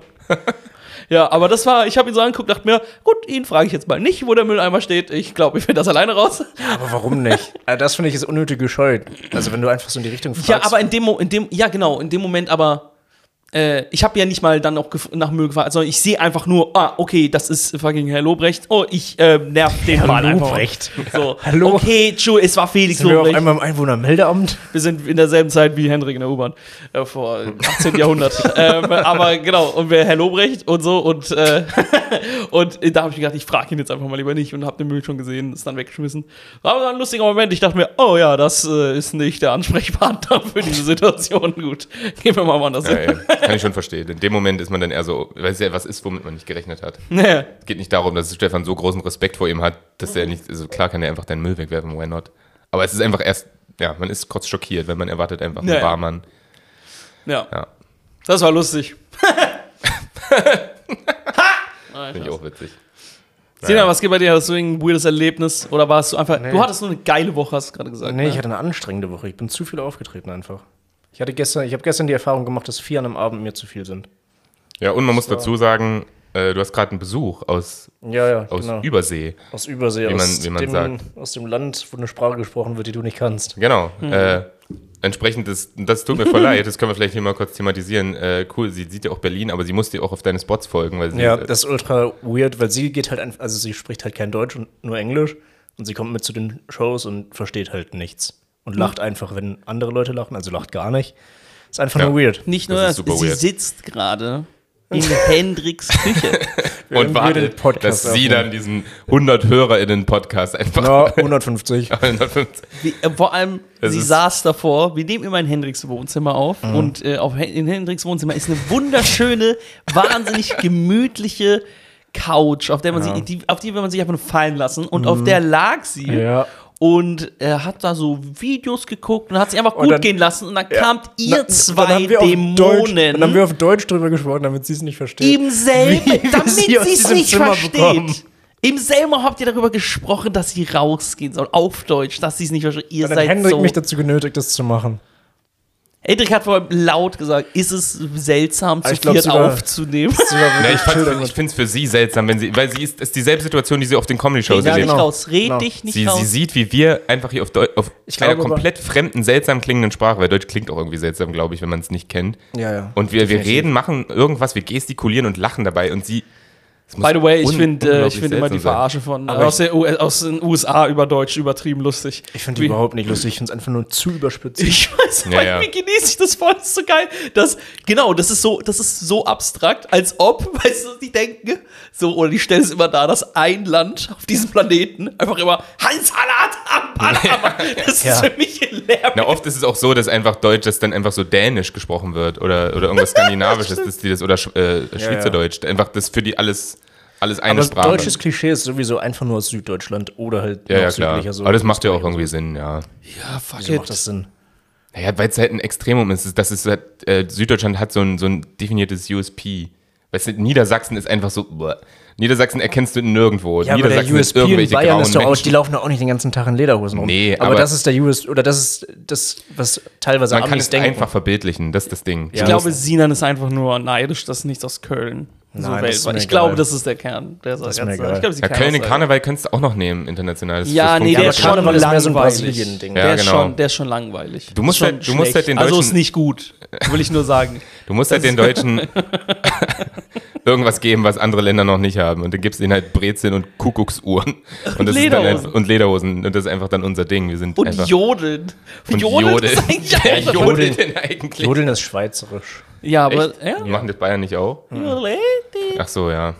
S4: Ja, aber das war, ich habe ihn so angeguckt, dachte mir, gut, ihn frage ich jetzt mal nicht, wo der Mülleimer steht. Ich glaube, ich finde das alleine raus.
S1: Aber warum nicht? Also das finde ich ist unnötig gescheut. Also wenn du einfach so in die Richtung fragst.
S4: Ja, aber in dem, Mo- in dem, ja genau, in dem Moment aber, äh, ich habe ja nicht mal dann auch gef- nach Müll gefragt, sondern ich sehe einfach nur, ah, okay, das ist fucking Herr Lobrecht. Oh, ich äh, nerv den
S1: Herr
S4: Mann einfach.
S1: Lobrecht.
S4: So,
S1: Hallo?
S4: Okay, Tschu, es war Felix
S1: sind wir auf
S4: Lobrecht.
S1: einmal im Einwohnermeldeamt.
S4: Wir sind in derselben Zeit wie Hendrik in der U-Bahn äh, vor 18. Jahrhundert. ähm, aber genau, und wer Herr Lobrecht und so und, äh, und äh, da habe ich gedacht, ich frage ihn jetzt einfach mal lieber nicht und habe den Müll schon gesehen, ist dann weggeschmissen. War aber ein lustiger Moment. Ich dachte mir, oh ja, das äh, ist nicht der Ansprechpartner für diese Situation. Gut, gehen wir mal woanders
S2: Ja,
S4: hin.
S2: ja, kann ich schon verstehen. In dem Moment ist man dann eher so, weil es ja was ist, womit man nicht gerechnet hat.
S4: Nee.
S2: Es geht nicht darum, dass Stefan so großen Respekt vor ihm hat, dass er nicht, also klar kann er einfach deinen Müll wegwerfen, why not? Aber es ist einfach erst, ja, man ist kurz schockiert, wenn man erwartet einfach einen
S4: Ja, ja.
S2: Barmann.
S4: Ja.
S2: Ja.
S4: das war lustig.
S2: Finde ich auch witzig.
S4: Sina, was geht bei dir? Hast du irgendein weirdes Erlebnis? Oder warst du einfach. Du hattest nur eine geile Woche, hast du gerade gesagt.
S1: Nee,
S4: ne?
S1: ich hatte eine anstrengende Woche. Ich bin zu viel aufgetreten einfach. Ich hatte gestern, ich habe gestern die Erfahrung gemacht, dass vier an einem Abend mir zu viel sind.
S2: Ja, und man muss dazu sagen, äh, du hast gerade einen Besuch aus,
S1: Ja, ja,
S2: aus
S1: genau.
S2: Übersee.
S1: aus Übersee,
S2: Wie man-
S1: aus,
S2: wie man
S1: dem,
S2: sagt.
S1: aus dem Land, wo eine Sprache gesprochen wird, die du nicht kannst.
S2: Genau.
S1: Mhm.
S2: Äh, entsprechend, das, das tut mir voll leid, das können wir vielleicht hier mal kurz thematisieren. Äh, cool, sie sieht ja auch Berlin, aber sie muss dir auch auf deine Spots folgen, weil sie.
S1: Ja,
S2: äh,
S1: das ist ultra weird, weil sie geht halt einfach, also sie spricht halt kein Deutsch und nur Englisch und sie kommt mit zu den Shows und versteht halt nichts und lacht einfach, wenn andere Leute lachen, also lacht gar nicht. Ist einfach
S2: Ja.
S1: nur weird.
S4: Nicht
S2: Das
S4: nur
S2: ist
S4: das,
S2: super
S4: sie
S2: weird.
S4: sitzt gerade in Hendriks Küche.
S2: und
S1: wir
S2: wartet,
S1: den Podcast
S2: dass sie
S1: aufnehmen.
S2: dann diesen 100 HörerInnen-Podcast einfach.
S1: Ja, 150.
S2: 150.
S4: Wie, äh, vor allem,
S2: Es
S4: sie
S2: ist-
S4: saß davor. Wir nehmen immer in Hendriks Wohnzimmer auf.
S1: Mhm.
S4: Und äh, auf, Hen- in Hendriks Wohnzimmer ist eine wunderschöne, wahnsinnig gemütliche Couch, auf der man sich, die, auf die will man sich einfach nur fallen lassen. Und auf der lag sie.
S1: Mhm. Ja.
S4: Und äh, hat da so Videos geguckt und hat sich einfach
S1: Und
S4: gut
S1: dann-
S4: gehen lassen. Und dann kamt
S1: Na,
S4: ihr
S1: dann
S4: zwei
S1: haben wir auf Deutsch,
S4: Dämonen.
S1: dann haben wir auf Deutsch drüber gesprochen, damit sie es nicht versteht.
S4: Im selben,
S1: Wie wir
S4: damit
S1: sie
S4: sie
S1: aus
S4: es
S1: diesem
S4: nicht
S1: Zimmer
S4: versteht.
S1: bekommen.
S4: Im selben habt ihr darüber gesprochen, dass sie rausgehen soll. Auf Deutsch, dass sie es nicht versteht. Ihr
S1: Dann hat
S4: seid
S1: Hendrik
S4: so.
S1: mich dazu genötigt, das zu machen.
S4: Hendrik hat vor allem laut gesagt, ist es seltsam, zu
S1: Ah, ich glaub
S4: viert
S1: sogar-
S4: aufzunehmen.
S2: Ja, ich
S1: Schilder
S2: fand's- ich finde es für sie seltsam, wenn sie, weil sie ist, ist dieselbe Situation, die sie auf den Comedy-Shows
S4: Red
S1: Ja,
S4: dich
S2: erlebt.
S1: genau.
S4: nicht raus, red
S1: Genau.
S4: dich nicht
S2: Sie,
S4: raus.
S2: sie sieht, wie wir einfach hier auf, Deu auf
S1: glaube
S2: einer
S1: aber-
S2: komplett fremden, seltsam klingenden Sprache, weil Deutsch klingt auch irgendwie seltsam, glaube ich, wenn man es nicht kennt.
S1: Ja, ja.
S2: Und wir, wir reden, machen irgendwas, wir gestikulieren und lachen dabei und sie. es muss
S4: By the way, ich
S2: un-
S4: finde äh,
S2: unglaublich
S4: ich find immer die
S2: seltsam
S4: Verarsche von
S1: Aber
S4: aus, der U äh, aus den USA über Deutsch übertrieben lustig.
S1: Ich finde
S4: Wie-
S1: die überhaupt nicht lustig. Ich finde es einfach nur zu überspitzt.
S4: Ich weiß
S2: Ja,
S4: nicht,
S2: ja.
S4: wie genieße ich das voll, das ist so geil. Das, genau, das ist so, das ist so abstrakt, als ob, weißt du, die denken, so, oder die stellen es immer da, dass ein Land auf diesem Planeten einfach immer Handsalat am Panama. Das
S1: Ja.
S4: ist für mich ein Lärm.
S2: Na, oft ist es auch so, dass einfach Deutsch, dass dann einfach so Dänisch gesprochen wird oder, oder irgendwas Skandinavisches, dass die das, oder Sch- äh, Schweizerdeutsch, einfach das für die alles, alles eine
S1: Aber
S2: Sprache.
S1: deutsches Klischee ist sowieso einfach nur aus Süddeutschland oder halt
S2: ja,
S1: noch
S2: ja, klar.
S1: südlicher so.
S2: Aber das macht ja auch irgendwie Sinn, ja.
S4: Ja, fuck
S1: Wieso macht das Sinn?
S2: Naja, weil es halt ein Extremum ist. Das ist halt, äh, Süddeutschland hat so ein, so ein definiertes USP. Weißt du, Niedersachsen ist einfach so. Bäh. Niedersachsen erkennst du nirgendwo.
S1: Ja, aber
S2: Niedersachsen
S1: der USP
S2: sind
S1: in Bayern
S2: grauen
S1: ist doch auch,
S2: Menschen.
S1: die laufen doch auch nicht den ganzen Tag in Lederhosen rum.
S2: Nee,
S1: aber,
S2: aber-
S1: das ist der USP, oder das ist das, was teilweise
S2: Man kann
S1: Amis
S2: es einfach verbildlichen, das ist das Ding.
S4: Ich glaube, Sinan ist einfach nur neidisch, dass nichts aus Köln so
S1: Nein, das ist
S4: weltweit.
S1: mir
S4: Ich glaube,
S1: egal.
S4: das ist der Kern. Der das
S1: ist mir egal.
S4: Ich glaube, sie
S2: ja,
S4: kann
S2: Köln
S4: das
S2: in
S4: sagen.
S2: Karneval kannst du auch noch nehmen, international. Das-
S4: Ja,
S2: das
S4: nee,
S2: funktioniert
S4: der
S2: aber
S4: ist
S2: schon.
S4: schon
S1: Karneval ist mehr so ein
S4: langweilig.
S1: Brasilien-Ding.
S2: Ja,
S4: der, ist
S2: genau.
S4: schon, der ist schon langweilig.
S2: Du musst
S4: Schon
S2: halt- du musst
S4: schlecht.
S2: halt den
S4: Also
S2: Deutschen-
S4: ist nicht gut, will ich nur sagen.
S2: Du musst halt den Deutschen irgendwas geben, was andere Länder noch nicht haben. Und dann gibst du ihnen halt Brezeln und Kuckucksuhren. Und, das Ist dann
S4: Lederhosen.
S2: halt, und Lederhosen. Und das ist einfach dann unser Ding. Wir sind
S4: Und
S2: einfach.
S4: jodeln.
S2: und
S4: ist eigentlich auch
S2: Ja,
S4: was-
S2: Jodeln denn eigentlich?
S1: Jodeln ist schweizerisch.
S4: Ja, aber.
S2: Echt? Mhm.
S4: Ja?
S2: Machen das Bayern nicht auch?
S4: Jodeln.
S2: Ach so, ja.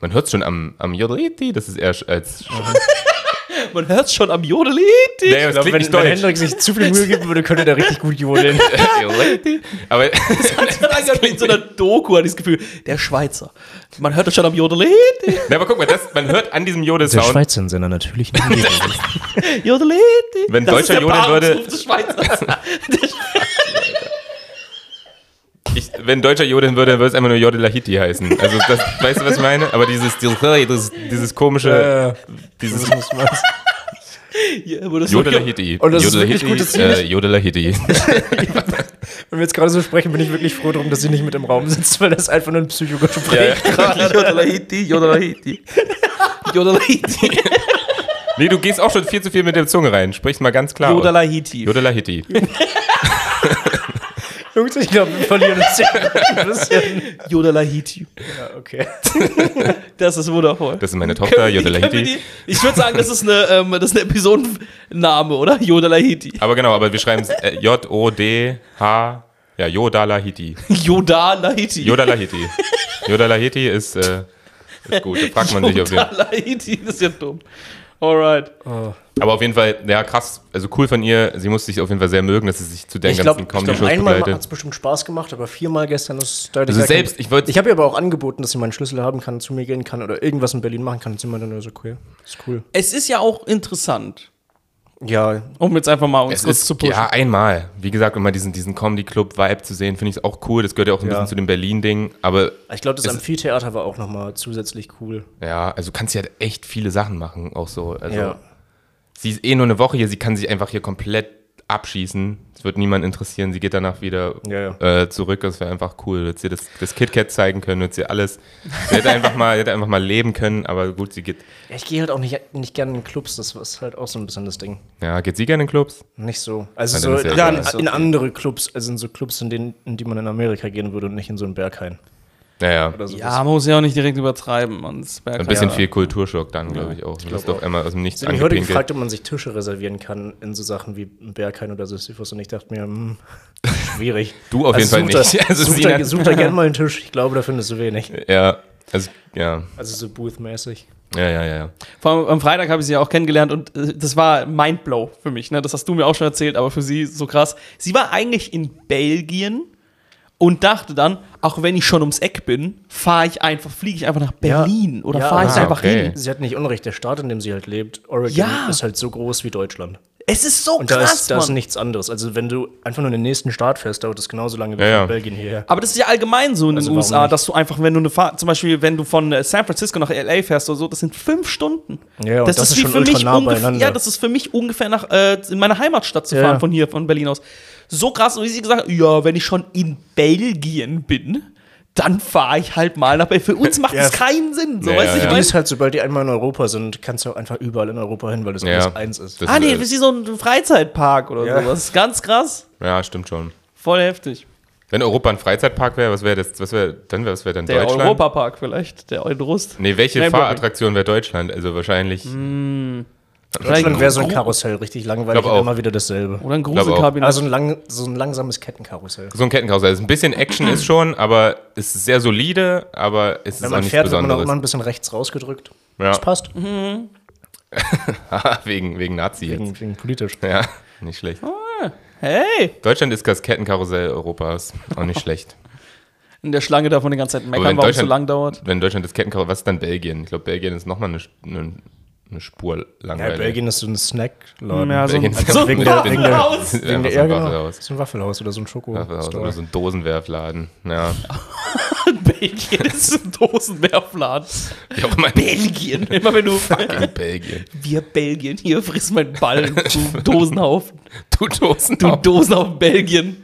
S2: Man hört schon am, am Jodeliti, das ist eher sch- als.
S4: Man hört schon am Jodeli.
S1: Ich
S2: Nee, das
S1: glaube,
S2: klingt
S1: wenn, wenn
S2: nicht deutsch.
S1: Hendrik sich zu viel Mühe geben würde, könnte der richtig gut jodeln.
S2: Aber
S4: Das hat in so einer Doku hat das Gefühl, der Schweizer. Man hört das schon am Jodeli.
S2: Na, aber guck mal, das, man hört an diesem
S1: Der
S2: Jodel-Sound,
S1: Schweizer Sender natürlich nicht.
S4: Jodeli.
S2: Wenn Deutscher jodeln würde-
S4: Des Schweizers.
S2: ich, wenn Deutscher jodeln würde, dann würde es einfach nur Jodelahiti heißen. Also, das, weißt du, was ich meine? Aber dieses, dieses, dieses komische,
S1: Äh,
S2: dieses
S1: das muss man-
S4: Ja, wo das Äh, so-
S2: Jodelahiti.
S1: Und das ist wirklich gut, dass sie
S2: äh, Jodelahiti.
S1: Wenn wir jetzt gerade so sprechen, bin ich wirklich froh darum, dass sie nicht mit im Raum sitzt, weil das ist einfach nur ein Psychogespräch.
S4: Jodelahiti, Jodelahiti. Jodelahiti.
S2: Genau. Nee, du gehst auch schon viel zu viel mit der Zunge rein. Sprich mal ganz klar. aus.
S4: Jodelahiti.
S2: Jodelahiti.
S1: Jungs, ich glaube, wir verlieren uns hier ein bisschen.
S4: Jodelahiti.
S1: Ja, okay.
S4: Das ist wundervoll.
S2: Das ist meine Tochter,
S4: Können wir die- können wir
S2: Jodelahiti.
S4: die- Ich würde sagen, das ist eine, ähm, das ist eine Episodenname, oder? Jodelahiti.
S2: Aber genau, aber wir schreiben es äh, J-O-D-H, ja, Jodalahiti.
S4: Jodalahiti.
S2: Jodalahiti. Jodalahiti ist, äh, ist gut. Da fragt man sich auf jeden Fall.
S4: Jodalahiti, das ist ja dumm. Alright.
S2: Aber auf jeden Fall, ja, krass. Also cool von ihr. Sie musste sich auf jeden Fall sehr mögen, dass sie sich zu den
S1: Ich glaube,
S2: ganzen
S1: glaub,
S2: Comedy-Shows
S1: einmal hat
S2: begleitet.
S1: es bestimmt Spaß gemacht, aber viermal gestern ist deutlich.
S2: Also
S1: sehr
S2: selbst,
S1: knapp.
S2: ich wollt-
S1: ich habe ihr aber auch angeboten, dass sie meinen Schlüssel haben kann, zu mir gehen kann oder irgendwas in Berlin machen kann. Und sie meinte nur so, cool. Ist cool.
S4: Es ist ja auch interessant,
S1: Ja,
S4: um jetzt einfach mal uns
S2: Es
S4: kurz
S2: ist,
S4: zu pushen.
S2: ja, einmal. Wie gesagt, immer diesen, diesen Comedy-Club-Vibe zu sehen, finde ich auch cool. Das gehört ja auch ein
S1: Ja.
S2: bisschen zu dem Berlin-Ding. Aber
S1: ich glaube, das
S2: Es-
S1: Amphitheater war auch nochmal zusätzlich cool.
S2: ja, also kannst ja echt viele Sachen machen, auch so. Also,
S1: Ja.
S2: Sie ist eh nur eine Woche hier, sie kann sich einfach hier komplett abschießen. Es wird niemand interessieren, sie geht danach wieder
S1: Ja,
S2: Äh, zurück. Das wäre einfach cool. Hätte sie das, das KitKat zeigen können, hätte sie alles. Sie hätte einfach mal, hätte einfach mal leben können, aber gut, sie geht.
S1: Ja, ich gehe halt auch nicht, nicht gerne in Clubs, das ist halt auch so ein bisschen das Ding.
S2: Ja, geht sie gerne in Clubs?
S1: Nicht so. Also
S2: Also
S1: so
S2: das ist
S1: in,
S2: ja
S1: an-
S2: egal.
S1: in andere Clubs, also in so Clubs, in, denen, in die man in Amerika gehen würde und nicht in so einen Berghain.
S2: Naja.
S1: Oder sowas.
S4: Ja, man muss ja auch nicht direkt übertreiben. Man ist
S2: Ein bisschen
S4: ja.
S2: viel Kulturschock dann, glaube ich auch. Du wirst doch einmal aus dem Nichts
S1: Ich habe heute gefragt,
S2: angepinkelt.
S1: ob man sich Tische reservieren kann in so Sachen wie ein Berghain oder Sisyphus und ich dachte mir, hm, schwierig.
S2: Du auf jeden Fall
S1: such da-
S2: nicht. Also
S1: such,
S2: Sina-
S1: da, such da gerne mal einen Tisch, ich glaube, da findest du wenig.
S2: Ja, also, ja.
S1: Also so Booth-mäßig.
S2: Ja, ja, ja, ja.
S4: Vor allem am Freitag habe ich sie ja auch kennengelernt und äh, das war Mindblow für mich. Ne? Das hast du mir auch schon erzählt, aber für sie so krass. Sie war eigentlich in Belgien und dachte dann, auch wenn ich schon ums Eck bin, fahre ich einfach, fliege ich einfach nach Berlin oder
S1: Ja.
S4: fahre ich
S1: Ah,
S4: einfach
S2: okay.
S4: hin.
S1: Sie hat nicht Unrecht, der Staat, in dem sie halt lebt, Oregon,
S4: Ja.
S1: ist halt so groß wie Deutschland.
S4: Es ist so
S1: Und da,
S4: krass,
S1: ist, da ist
S4: Mann.
S1: nichts anderes. Also wenn du einfach nur in den nächsten Staat fährst, dauert es genauso lange wie
S2: Ja, ja.
S1: von Belgien hierher.
S4: Aber das ist ja allgemein so in
S1: Also
S4: den
S1: warum
S4: USA,
S1: nicht?
S4: dass du einfach, wenn du eine Fahrt, zum Beispiel, wenn du von äh, San Francisco nach LA fährst oder so, das sind fünf Stunden.
S1: Ja, und das ist schon ultra nah
S4: ungefähr,
S1: beieinander.
S4: ja, das ist für mich ungefähr nach, äh, in meine Heimatstadt zu
S1: Ja.
S4: fahren, von hier, von Berlin aus. So krass, und wie sie gesagt hat, ja, wenn ich schon in Belgien bin, dann fahre ich halt mal nach Belgien. Für uns macht
S1: Ja.
S4: das keinen Sinn. So,
S2: Ja,
S4: weißt du,
S2: ja,
S4: ich
S2: ja.
S1: Die
S4: meine,
S1: ist halt, sobald die einmal in Europa sind, kannst du auch einfach überall in Europa hin, weil das
S2: Ja.
S1: alles eins ist.
S2: Das
S4: ah, nee,
S2: ist,
S4: das ist wie so ein Freizeitpark oder
S1: Ja.
S4: sowas. Ganz krass.
S2: ja, stimmt schon.
S4: Voll heftig.
S2: Wenn Europa ein Freizeitpark wäre, was wäre das? Was wäre dann wäre was wäre dann
S4: Der
S2: Deutschland?
S4: Europapark vielleicht, der Eurust.
S2: Nee, welche
S4: Nein,
S2: Fahrattraktion wäre Deutschland? Also wahrscheinlich.
S1: Mhm. Deutschland wäre so ein Karussell, richtig langweilig
S2: Glaub
S1: und
S2: auch.
S1: immer wieder dasselbe.
S4: Oder ein
S2: Glaub auch.
S4: Gruselkabinett.
S1: Also ein, lang, so ein langsames Kettenkarussell.
S2: So ein Kettenkarussell. Also ein bisschen Action ist schon, aber es ist sehr solide, aber es
S1: Wenn
S2: ist auch
S1: man
S2: nichts
S1: fährt, wird man auch
S2: Besonderes.
S1: immer ein bisschen rechts rausgedrückt.
S2: Ja.
S1: Das passt.
S4: Mhm.
S2: Ah, wegen, wegen Nazi jetzt.
S1: Wegen, wegen politisch.
S2: Ja, nicht schlecht.
S4: Oh, Hey!
S2: Deutschland ist das Kettenkarussell Europas. Auch nicht schlecht.
S4: In der Schlange darf man die ganze Zeit
S2: Aber
S4: meckern,
S2: wenn
S4: warum es so
S2: Deutschland-
S4: lang dauert.
S2: Wenn Deutschland das Kettenkarussell, was ist dann Belgien? Ich glaube, Belgien ist nochmal eine, eine, eine Spur
S1: Ja,
S2: langweilig.
S1: Belgien ist so ein Snackladen. Also
S4: Ja, so ein-
S2: Belgien ist
S4: so ein
S2: wegen der- wegen der-
S4: Waffelhaus.
S2: wegen der-
S1: Wegen der
S2: einfach so ein
S1: Ärger.
S2: Waffelhaus.
S1: So ein Waffelhaus oder so ein Schoko.
S2: Waffelhaus Oder so ein Dosenwerfladen. Ja.
S4: Belgien ist ein Dosenwerfladen.
S2: Wie auch immer.
S4: Belgien. Immer wenn du.
S2: Fucking Belgien.
S4: Wir Belgien, hier friss meinen Ball, du Dosenhaufen.
S2: Du Dosen.
S4: Du Dosenhaufen Belgien.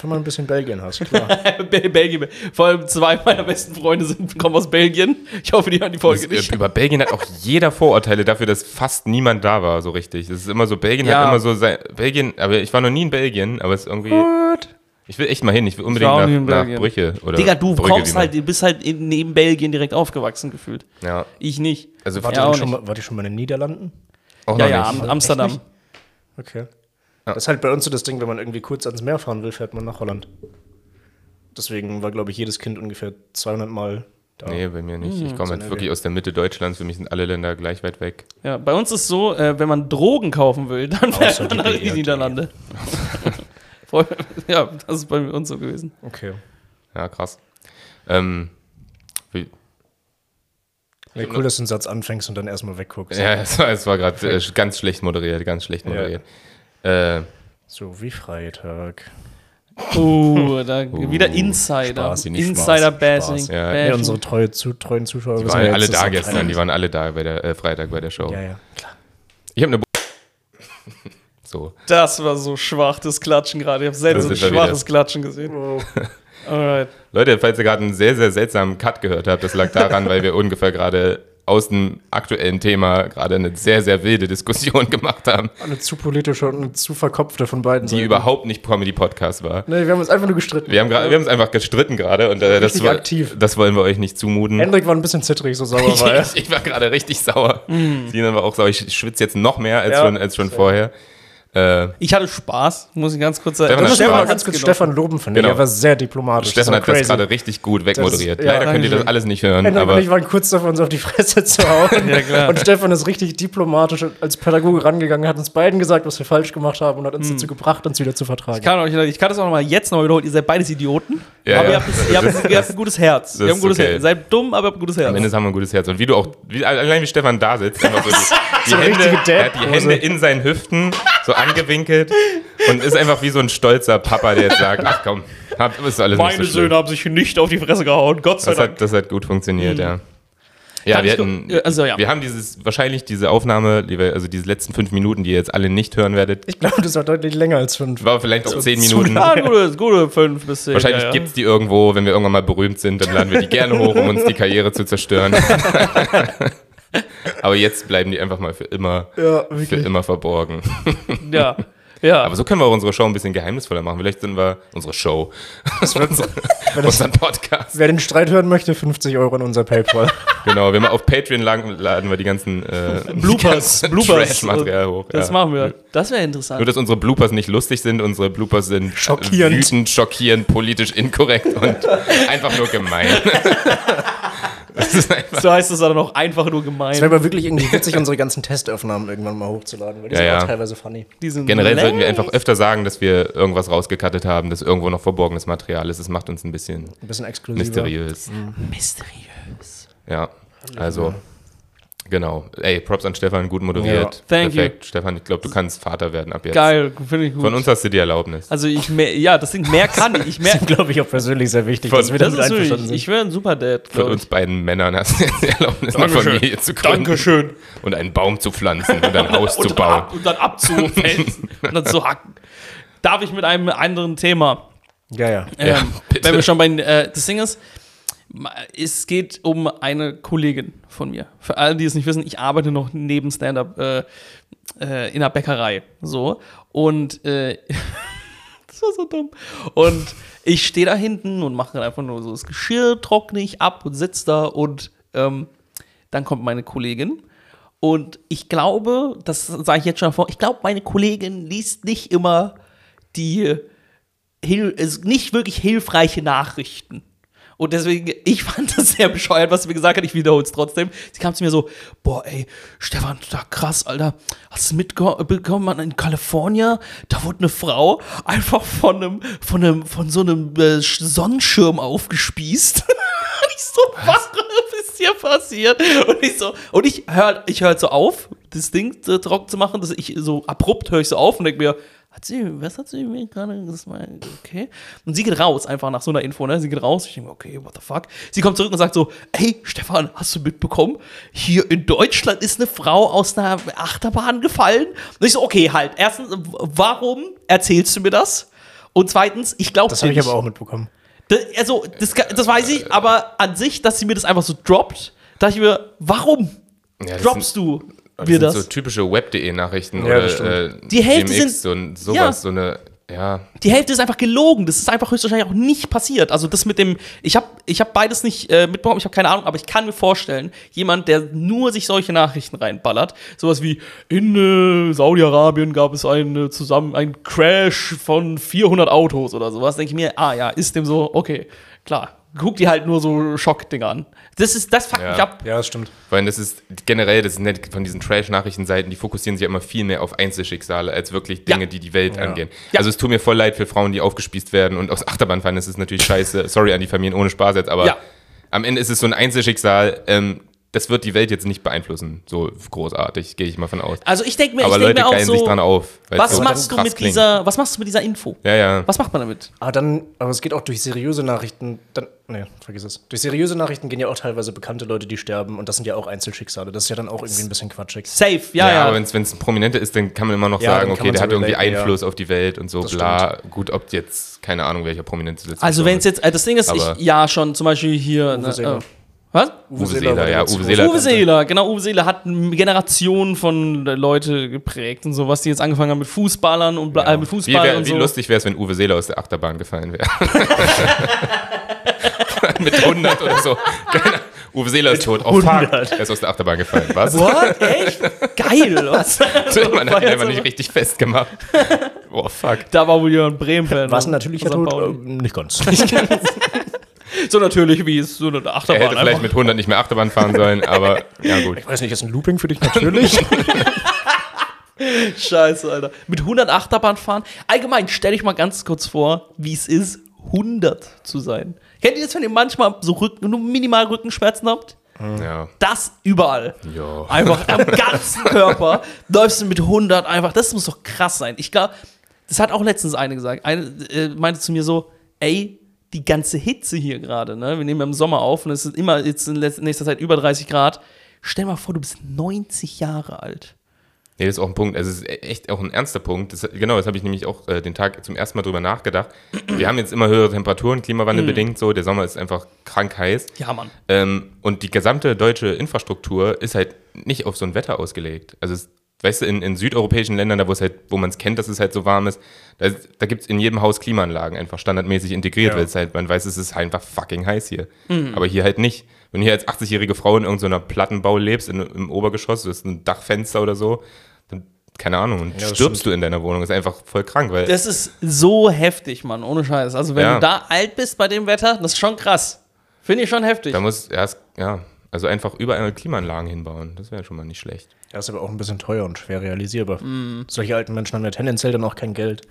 S1: Wenn man ein bisschen Belgien hast, klar.
S4: Be Belgien. Vor allem zwei meiner besten Freunde sind, kommen aus Belgien. Ich hoffe, die hören die Folge
S2: Das,
S4: nicht.
S2: äh, Über Belgien hat auch jeder Vorurteile dafür, dass fast niemand da war, so richtig. Das ist immer so, Belgien
S4: Ja.
S2: hat immer so sein. Belgien, aber ich war noch nie in Belgien, aber es ist irgendwie. Ich will echt mal hin, ich will unbedingt
S4: auch
S2: nach,
S4: nie in
S2: nach
S4: Belgien.
S2: Brüche oder.
S4: Digga, du
S2: Brügge, wie
S4: kommst
S2: äh, man-
S4: halt, du bist halt in, neben Belgien direkt aufgewachsen gefühlt.
S2: Ja,
S4: Ich nicht.
S2: also
S4: Ja,
S1: Und
S4: auch
S1: schon
S4: nicht.
S1: mal, wart ihr schon mal in den Niederlanden?
S2: auch
S4: Ja,
S2: noch
S4: ja,
S2: nicht.
S4: Am Amsterdam.
S1: Okay. Das ist halt bei uns so das Ding, wenn man irgendwie kurz ans Meer fahren will, fährt man nach Holland. Deswegen war, glaube ich, jedes Kind ungefähr 200 Mal Da.
S2: Nee, bei mir nicht.
S4: Hm,
S2: Ich komme halt wirklich aus der Mitte Deutschlands. Für mich sind alle Länder gleich weit weg.
S4: Ja, bei uns ist so, äh, wenn man Drogen kaufen will, dann fährt
S1: Außer
S4: man
S1: die
S4: nach die
S1: BRD.
S4: Niederlande. Voll- ja, das ist bei uns so gewesen.
S1: Okay.
S2: Ja, krass. Ähm, wie,
S1: Ja, cool, dass du einen Satz anfängst und dann erstmal wegguckst.
S2: ja, es war, es war gerade äh, ganz schlecht moderiert, ganz schlecht
S1: Ja.
S2: moderiert. Äh,
S1: So wie Freitag.
S4: Oh, da wieder Insider.
S1: Spaß, nicht Spaß,
S4: Insider-Bashing.
S1: Spaß.
S2: Ja.
S4: Bashing.
S1: Ja, unsere treue, zu, treuen Zuschauer
S2: die waren
S1: ja
S2: alle
S1: jetzt, dass
S2: da
S1: am
S2: gestern, die waren alle da bei der äh, Freitag bei der Show.
S1: Freitag- Ja, ja, klar.
S2: Ich habe eine. so.
S4: Das war so schwach, das Klatschen gerade. Ich habe selten
S2: Das
S4: so ein
S2: ist er wieder.
S4: schwaches Klatschen gesehen. Alright.
S2: Leute, falls ihr gerade einen sehr, sehr seltsamen Cut gehört habt, das lag daran, weil wir ungefähr gerade aus dem aktuellen Thema gerade eine sehr, sehr wilde Diskussion gemacht haben,
S1: Alle zu politische und zu verkopfte von beiden.
S2: die überhaupt nicht Comedy-Podcast war.
S1: Nee, wir haben uns einfach nur gestritten.
S2: Wir haben gerade- wir haben uns einfach gestritten gerade und äh, das,
S1: Richtig
S2: war,
S1: aktiv.
S2: das wollen wir euch nicht zumuten.
S1: Hendrik war ein bisschen zittrig, so sauer
S2: Ich,
S1: war er.
S2: ich, ich war gerade richtig sauer. Sina war auch sauer. Ich schwitze jetzt noch mehr als
S1: Ja.
S2: schon, als schon vorher. Äh,
S4: Ich hatte Spaß, muss ich ganz kurz sagen.
S2: Stefan
S1: Das
S2: hat
S1: muss ich
S2: Spaß.
S1: aber mal ganz kurz Stefan loben, finde
S2: Genau.
S1: ich. Er war sehr diplomatisch.
S2: Stefan
S1: war
S2: hat das gerade richtig gut wegmoderiert.
S1: Das ist- ja,
S2: Leider könnt ihr das
S1: Dankeschön.
S2: alles nicht hören,
S1: Hendrik und
S2: aber
S1: ich waren kurz davon, uns auf die Fresse zu hauen.
S4: Ja, klar.
S1: Und Stefan ist richtig diplomatisch als Pädagoge rangegangen, hat uns beiden gesagt, was wir falsch gemacht haben und hat uns dazu gebracht, uns wieder zu vertragen.
S4: Ich kann, euch, ich kann das auch nochmal jetzt nochmal wiederholen. Ihr seid beides Idioten.
S2: Ja,
S4: aber
S2: ja.
S4: Ihr, habt, das, ihr, habt, ihr habt ein gutes Herz. Ihr habt ein
S2: ist
S4: gutes
S2: okay.
S4: Herz. Ihr seid dumm, aber ihr habt ein gutes Herz.
S2: am Ende haben wir ein gutes Herz. Und wie du auch, wie, äh, allein wie Stefan da sitzt, einfach so die, die,
S1: eine
S2: Hände,
S1: richtige
S2: er hat die
S1: Dad-Pose.
S2: Hände in seinen Hüften, so angewinkelt und ist einfach wie so ein stolzer Papa, der jetzt sagt, ach komm, hab, ist alles nicht so schlimm.
S4: haben sich nicht auf die Fresse gehauen, Gott
S2: Das hat, das hat gut funktioniert, ja. Ja,
S4: Darf
S2: wir,
S4: ich
S2: hatten,
S4: gu- äh, also, ja.
S2: wir haben dieses, wahrscheinlich diese Aufnahme, die wir- also diese letzten fünf Minuten, die ihr jetzt alle nicht hören werdet,
S1: Ich glaube, das war deutlich länger als fünf.
S2: war vielleicht auch zehn
S1: zu
S2: Minuten.
S4: Ah, gute, gute fünf bis zehn.
S2: Wahrscheinlich
S4: ja, ja.
S2: gibt's die irgendwo, wenn wir irgendwann mal berühmt sind, dann laden wir die gerne hoch, um uns die Karriere zu zerstören. Aber jetzt bleiben die einfach mal für immer,
S1: Ja,
S2: für
S1: wirklich.
S2: immer verborgen.
S4: Ja. Ja,
S2: Aber so können wir auch unsere Show ein bisschen geheimnisvoller machen. Vielleicht sind wir unsere Show, unsere, unseren Podcast.
S1: Wer den Streit hören möchte, 50 Euro in unser PayPal.
S2: Genau, wenn wir auf Patreon lang, laden wir die ganzen äh,
S4: Bloopers, Bloopers.
S2: Trash-Material hoch.
S4: das
S2: ja.
S4: machen wir. Das wäre
S2: Nur,
S4: interessant.
S2: dass unsere Bloopers nicht lustig sind, unsere Bloopers sind
S1: Schockierend.
S2: wütend, schockierend, politisch inkorrekt und einfach nur gemein. Das ist einfach
S4: So heißt es dann auch einfach nur
S1: Es
S4: gemein.
S1: wäre aber wirklich irgendwie witzig, unsere ganzen Testaufnahmen irgendwann mal hochzuladen, weil die
S2: Ja,
S1: sind
S2: ja.
S1: auch teilweise funny.
S4: Die sind
S2: Generell
S4: lame.
S2: sollten wir einfach öfter sagen, dass wir irgendwas rausgekattet haben, dass irgendwo noch verborgenes Material ist. Das macht uns ein bisschen
S1: Ein bisschen exklusiver.
S2: mysteriös.
S4: Mysteriös.
S2: Ja, also genau. Ey, Props an Stefan, gut moderiert.
S1: Ja.
S4: Thank you.
S2: Perfekt. Stefan, ich glaube, du kannst Vater werden ab jetzt.
S4: Geil, Ah, finde ich gut.
S2: Von uns hast du die Erlaubnis.
S4: also ich mehr, ja, das Ding mehr kann ich. ich mehr,
S1: Das ist, glaube ich, auch persönlich sehr wichtig,
S2: Von-
S1: dass wir
S4: das
S1: damit
S4: ist wirklich,
S1: einverstanden sind.
S4: ich wäre ein super Dad,
S2: Von
S4: glaube ich.
S2: uns beiden Männern hast du die Erlaubnis, eine
S4: Dankeschön.
S2: Familie zu gründen.
S4: Dankeschön.
S2: Und einen Baum zu pflanzen und ein Haus zu
S4: und, dann ab,
S2: bauen.
S4: und dann abzufälzen und dann zu hacken. Darf ich mit einem anderen Thema?
S1: ja, ja.
S4: Ähm,
S2: Ja, bitte.
S4: Wenn wir schon bei den, äh, das Ding ist, es geht um eine Kollegin von mir. Für alle, die es nicht wissen, ich arbeite noch neben Stand-up äh, äh, in einer Bäckerei. So. Und äh, das war so dumm. Und ich stehe da hinten und mache dann einfach nur so das Geschirr, trockne ich ab und sitze da und ähm, dann kommt meine Kollegin. Und ich glaube, das sage ich jetzt schon vor, ich glaube, meine Kollegin liest nicht immer die hil also nicht wirklich hilfreiche Nachrichten. Und deswegen, ich fand das sehr bescheuert, was sie mir gesagt hat. Ich wiederhole es trotzdem. Sie kam zu mir so: Boah, ey, Stefan, da krass, Alter. Hast du mitbekommen, Mann, in Kalifornien, da wurde eine Frau einfach von einem, von einem, von so einem äh, Sch- Sonnenschirm aufgespießt. Und ich so, was ist hier passiert? Und ich so, und ich höre ich hör halt so auf, das Ding äh, trocken zu machen, dass ich so abrupt höre ich so auf und denke mir, hat sie, was hat sie mir gerade gesagt? Okay. Und sie geht raus, einfach nach so einer Info, ne? Sie geht raus. Ich denke, mir, okay, what the fuck? Sie kommt zurück und sagt so, hey, Stefan, hast du mitbekommen? Hier in Deutschland ist eine Frau aus einer Achterbahn gefallen. Und ich so, okay, halt. Erstens, w- warum erzählst du mir das? Und zweitens, ich glaube
S1: Das habe ich aber auch mitbekommen.
S4: das, also, das, ka- das weiß ich, aber an sich, dass sie mir das einfach so droppt, dachte ich mir, warum
S2: Ja, das
S4: droppst
S2: sind-
S4: du
S2: das
S4: mir
S2: sind
S4: das?
S2: so typische Web.de-Nachrichten
S1: Ja, das
S2: oder äh,
S4: Die Hälfte
S2: GMX,
S4: sind-
S2: so, ein- sowas,
S4: ja.
S2: so eine, ja,
S4: Die Hälfte ist einfach gelogen. Das ist einfach höchstwahrscheinlich auch nicht passiert. Also, das mit dem, ich habe ich hab beides nicht äh, mitbekommen, ich habe keine Ahnung, aber ich kann mir vorstellen, jemand, der nur sich solche Nachrichten reinballert, sowas wie: In äh, Saudi-Arabien gab es einen, äh, zusammen, einen Crash von 400 Autos oder sowas, denke ich mir, ah ja, ist dem so, okay, klar. guck dir halt nur so Schockdinger an. Das ist, das fuckt
S2: Ja.
S4: mich ab.
S1: Ja, das stimmt.
S2: Vor allem, das ist generell das Nett von diesen Trash-Nachrichtenseiten, die fokussieren sich ja immer viel mehr auf Einzelschicksale als wirklich Dinge,
S4: Ja.
S2: die die Welt angehen.
S4: Ja.
S2: Also es tut mir voll leid für Frauen, die aufgespießt werden und aus Achterbahn fahren. Das ist natürlich scheiße. Sorry an die Familien ohne Spaß jetzt, aber
S4: Ja.
S2: am Ende ist es so ein Einzelschicksal. Ähm, das wird die Welt jetzt nicht beeinflussen, so großartig, gehe ich mal von aus.
S4: Also ich denke mir,
S2: aber
S4: ich denk
S2: Leute
S4: mir auch
S2: geilen sich
S4: so,
S2: dran auf. weil es
S4: was
S2: so
S4: machst du
S2: krass
S4: mit
S2: klingt.
S4: dieser, was machst du mit dieser Info?
S2: Ja, ja.
S4: Was macht man damit?
S1: Aber Ah, dann, aber es geht auch durch seriöse Nachrichten, dann, nee, vergiss es. Durch seriöse Nachrichten gehen ja auch teilweise bekannte Leute, die sterben und das sind ja auch Einzelschicksale. Das ist ja dann auch irgendwie ein bisschen quatschig.
S4: Safe, ja,
S2: Ja,
S4: ja.
S2: aber wenn es ein Prominenter ist, dann kann man immer noch
S1: Ja,
S2: sagen,
S1: dann kann
S2: okay,
S1: man
S2: der
S1: so
S2: hat irgendwie
S1: relaten, ja.
S2: Einfluss auf die Welt und so, bla. Gut, ob jetzt, keine Ahnung, welcher Prominente das
S4: also wenn es jetzt, äh, das Ding ist, ich,
S2: Aber-
S4: ja schon, zum Beispiel hier, ne,
S1: Seeler.
S4: äh, was?
S2: Uwe Seeler,
S1: wurde
S2: ja,
S1: jetzt-
S2: Uwe Seeler.
S4: Uwe Seeler, genau, Uwe Seeler hat Generationen von äh, Leute geprägt und sowas, die jetzt angefangen haben mit Fußballern und bla, äh, mit
S2: Wie,
S4: Fußball
S2: wär,
S4: und
S2: wie
S4: so.
S2: lustig wäre es, wenn Uwe Seeler aus der Achterbahn gefallen wäre? Mit 100 oder so. Keine- Uwe Seeler ist tot. Oh, fuck.
S1: 100.
S2: Er ist aus der Achterbahn gefallen. Was?
S4: What? Echt? Geil, was?
S2: Man hat ihn einfach
S4: Feiertag.
S2: nicht richtig festgemacht. Oh, fuck.
S4: Da war wohl Jörn Bremen-Fan.
S1: War es
S4: ne?
S1: ein natürlicher
S4: Von St.
S1: Tod?
S4: Pauli.
S1: Ähm, nicht ganz.
S4: So natürlich, wie es so eine
S2: Er
S4: Achterbahn
S2: hätte
S4: einfach.
S2: vielleicht mit 100 nicht mehr Achterbahn fahren sollen, aber ja, gut.
S1: Ich weiß nicht, ist ein Looping für dich natürlich?
S4: Scheiße, Alter. Mit 100 Achterbahn fahren. Allgemein, stell dich mal ganz kurz vor, wie es ist, 100 zu sein. Kennt ihr das, wenn ihr manchmal so Rücken, nur minimal Rückenschmerzen habt?
S2: Ja.
S4: Das überall.
S2: Ja.
S4: Einfach am ganzen Körper läufst du mit 100 einfach. Das muss doch krass sein. Ich glaube, das hat auch letztens eine gesagt. Eine äh, meinte zu mir so, ey, die ganze Hitze hier gerade, ne? Wir nehmen ja im Sommer auf und es ist immer jetzt in letz- nächster Zeit über 30 Grad. Stell mal vor, du bist 90 Jahre alt.
S2: Nee, das ist auch ein Punkt. Also, es ist e- echt auch ein ernster Punkt. Das, genau, das habe ich nämlich auch äh, den Tag zum ersten Mal drüber nachgedacht. Wir haben jetzt immer höhere Temperaturen, Klimawandel bedingt so. Der Sommer ist einfach krank heiß.
S4: Ja, Mann.
S2: Ähm, und die gesamte deutsche Infrastruktur ist halt nicht auf so ein Wetter ausgelegt. Also, es, weißt du, in, in südeuropäischen Ländern, da wo es halt, wo man es kennt, dass es halt so warm ist, da, ist- da gibt es in jedem Haus Klimaanlagen einfach standardmäßig integriert,
S1: Ja.
S2: weil es halt, man weiß, es ist halt einfach fucking heiß hier. Aber hier halt nicht. Wenn du hier als 80-jährige Frau in irgendeiner Plattenbau lebst, in, im Obergeschoss, das ist ein Dachfenster oder so, dann, keine Ahnung, und
S1: das
S2: stirbst du in deiner Wohnung, ist einfach voll krank, weil.
S4: Das ist so heftig, Mann, ohne Scheiß. Also, wenn
S2: Ja.
S4: du da alt bist bei dem Wetter, das ist schon krass. Finde ich schon heftig.
S2: da muss erst, ja, also einfach überall Klimaanlagen hinbauen. Das wäre schon mal nicht schlecht.
S1: Er ist aber auch ein bisschen teuer und schwer realisierbar. Solche alten Menschen haben ja tendenziell dann auch kein Geld.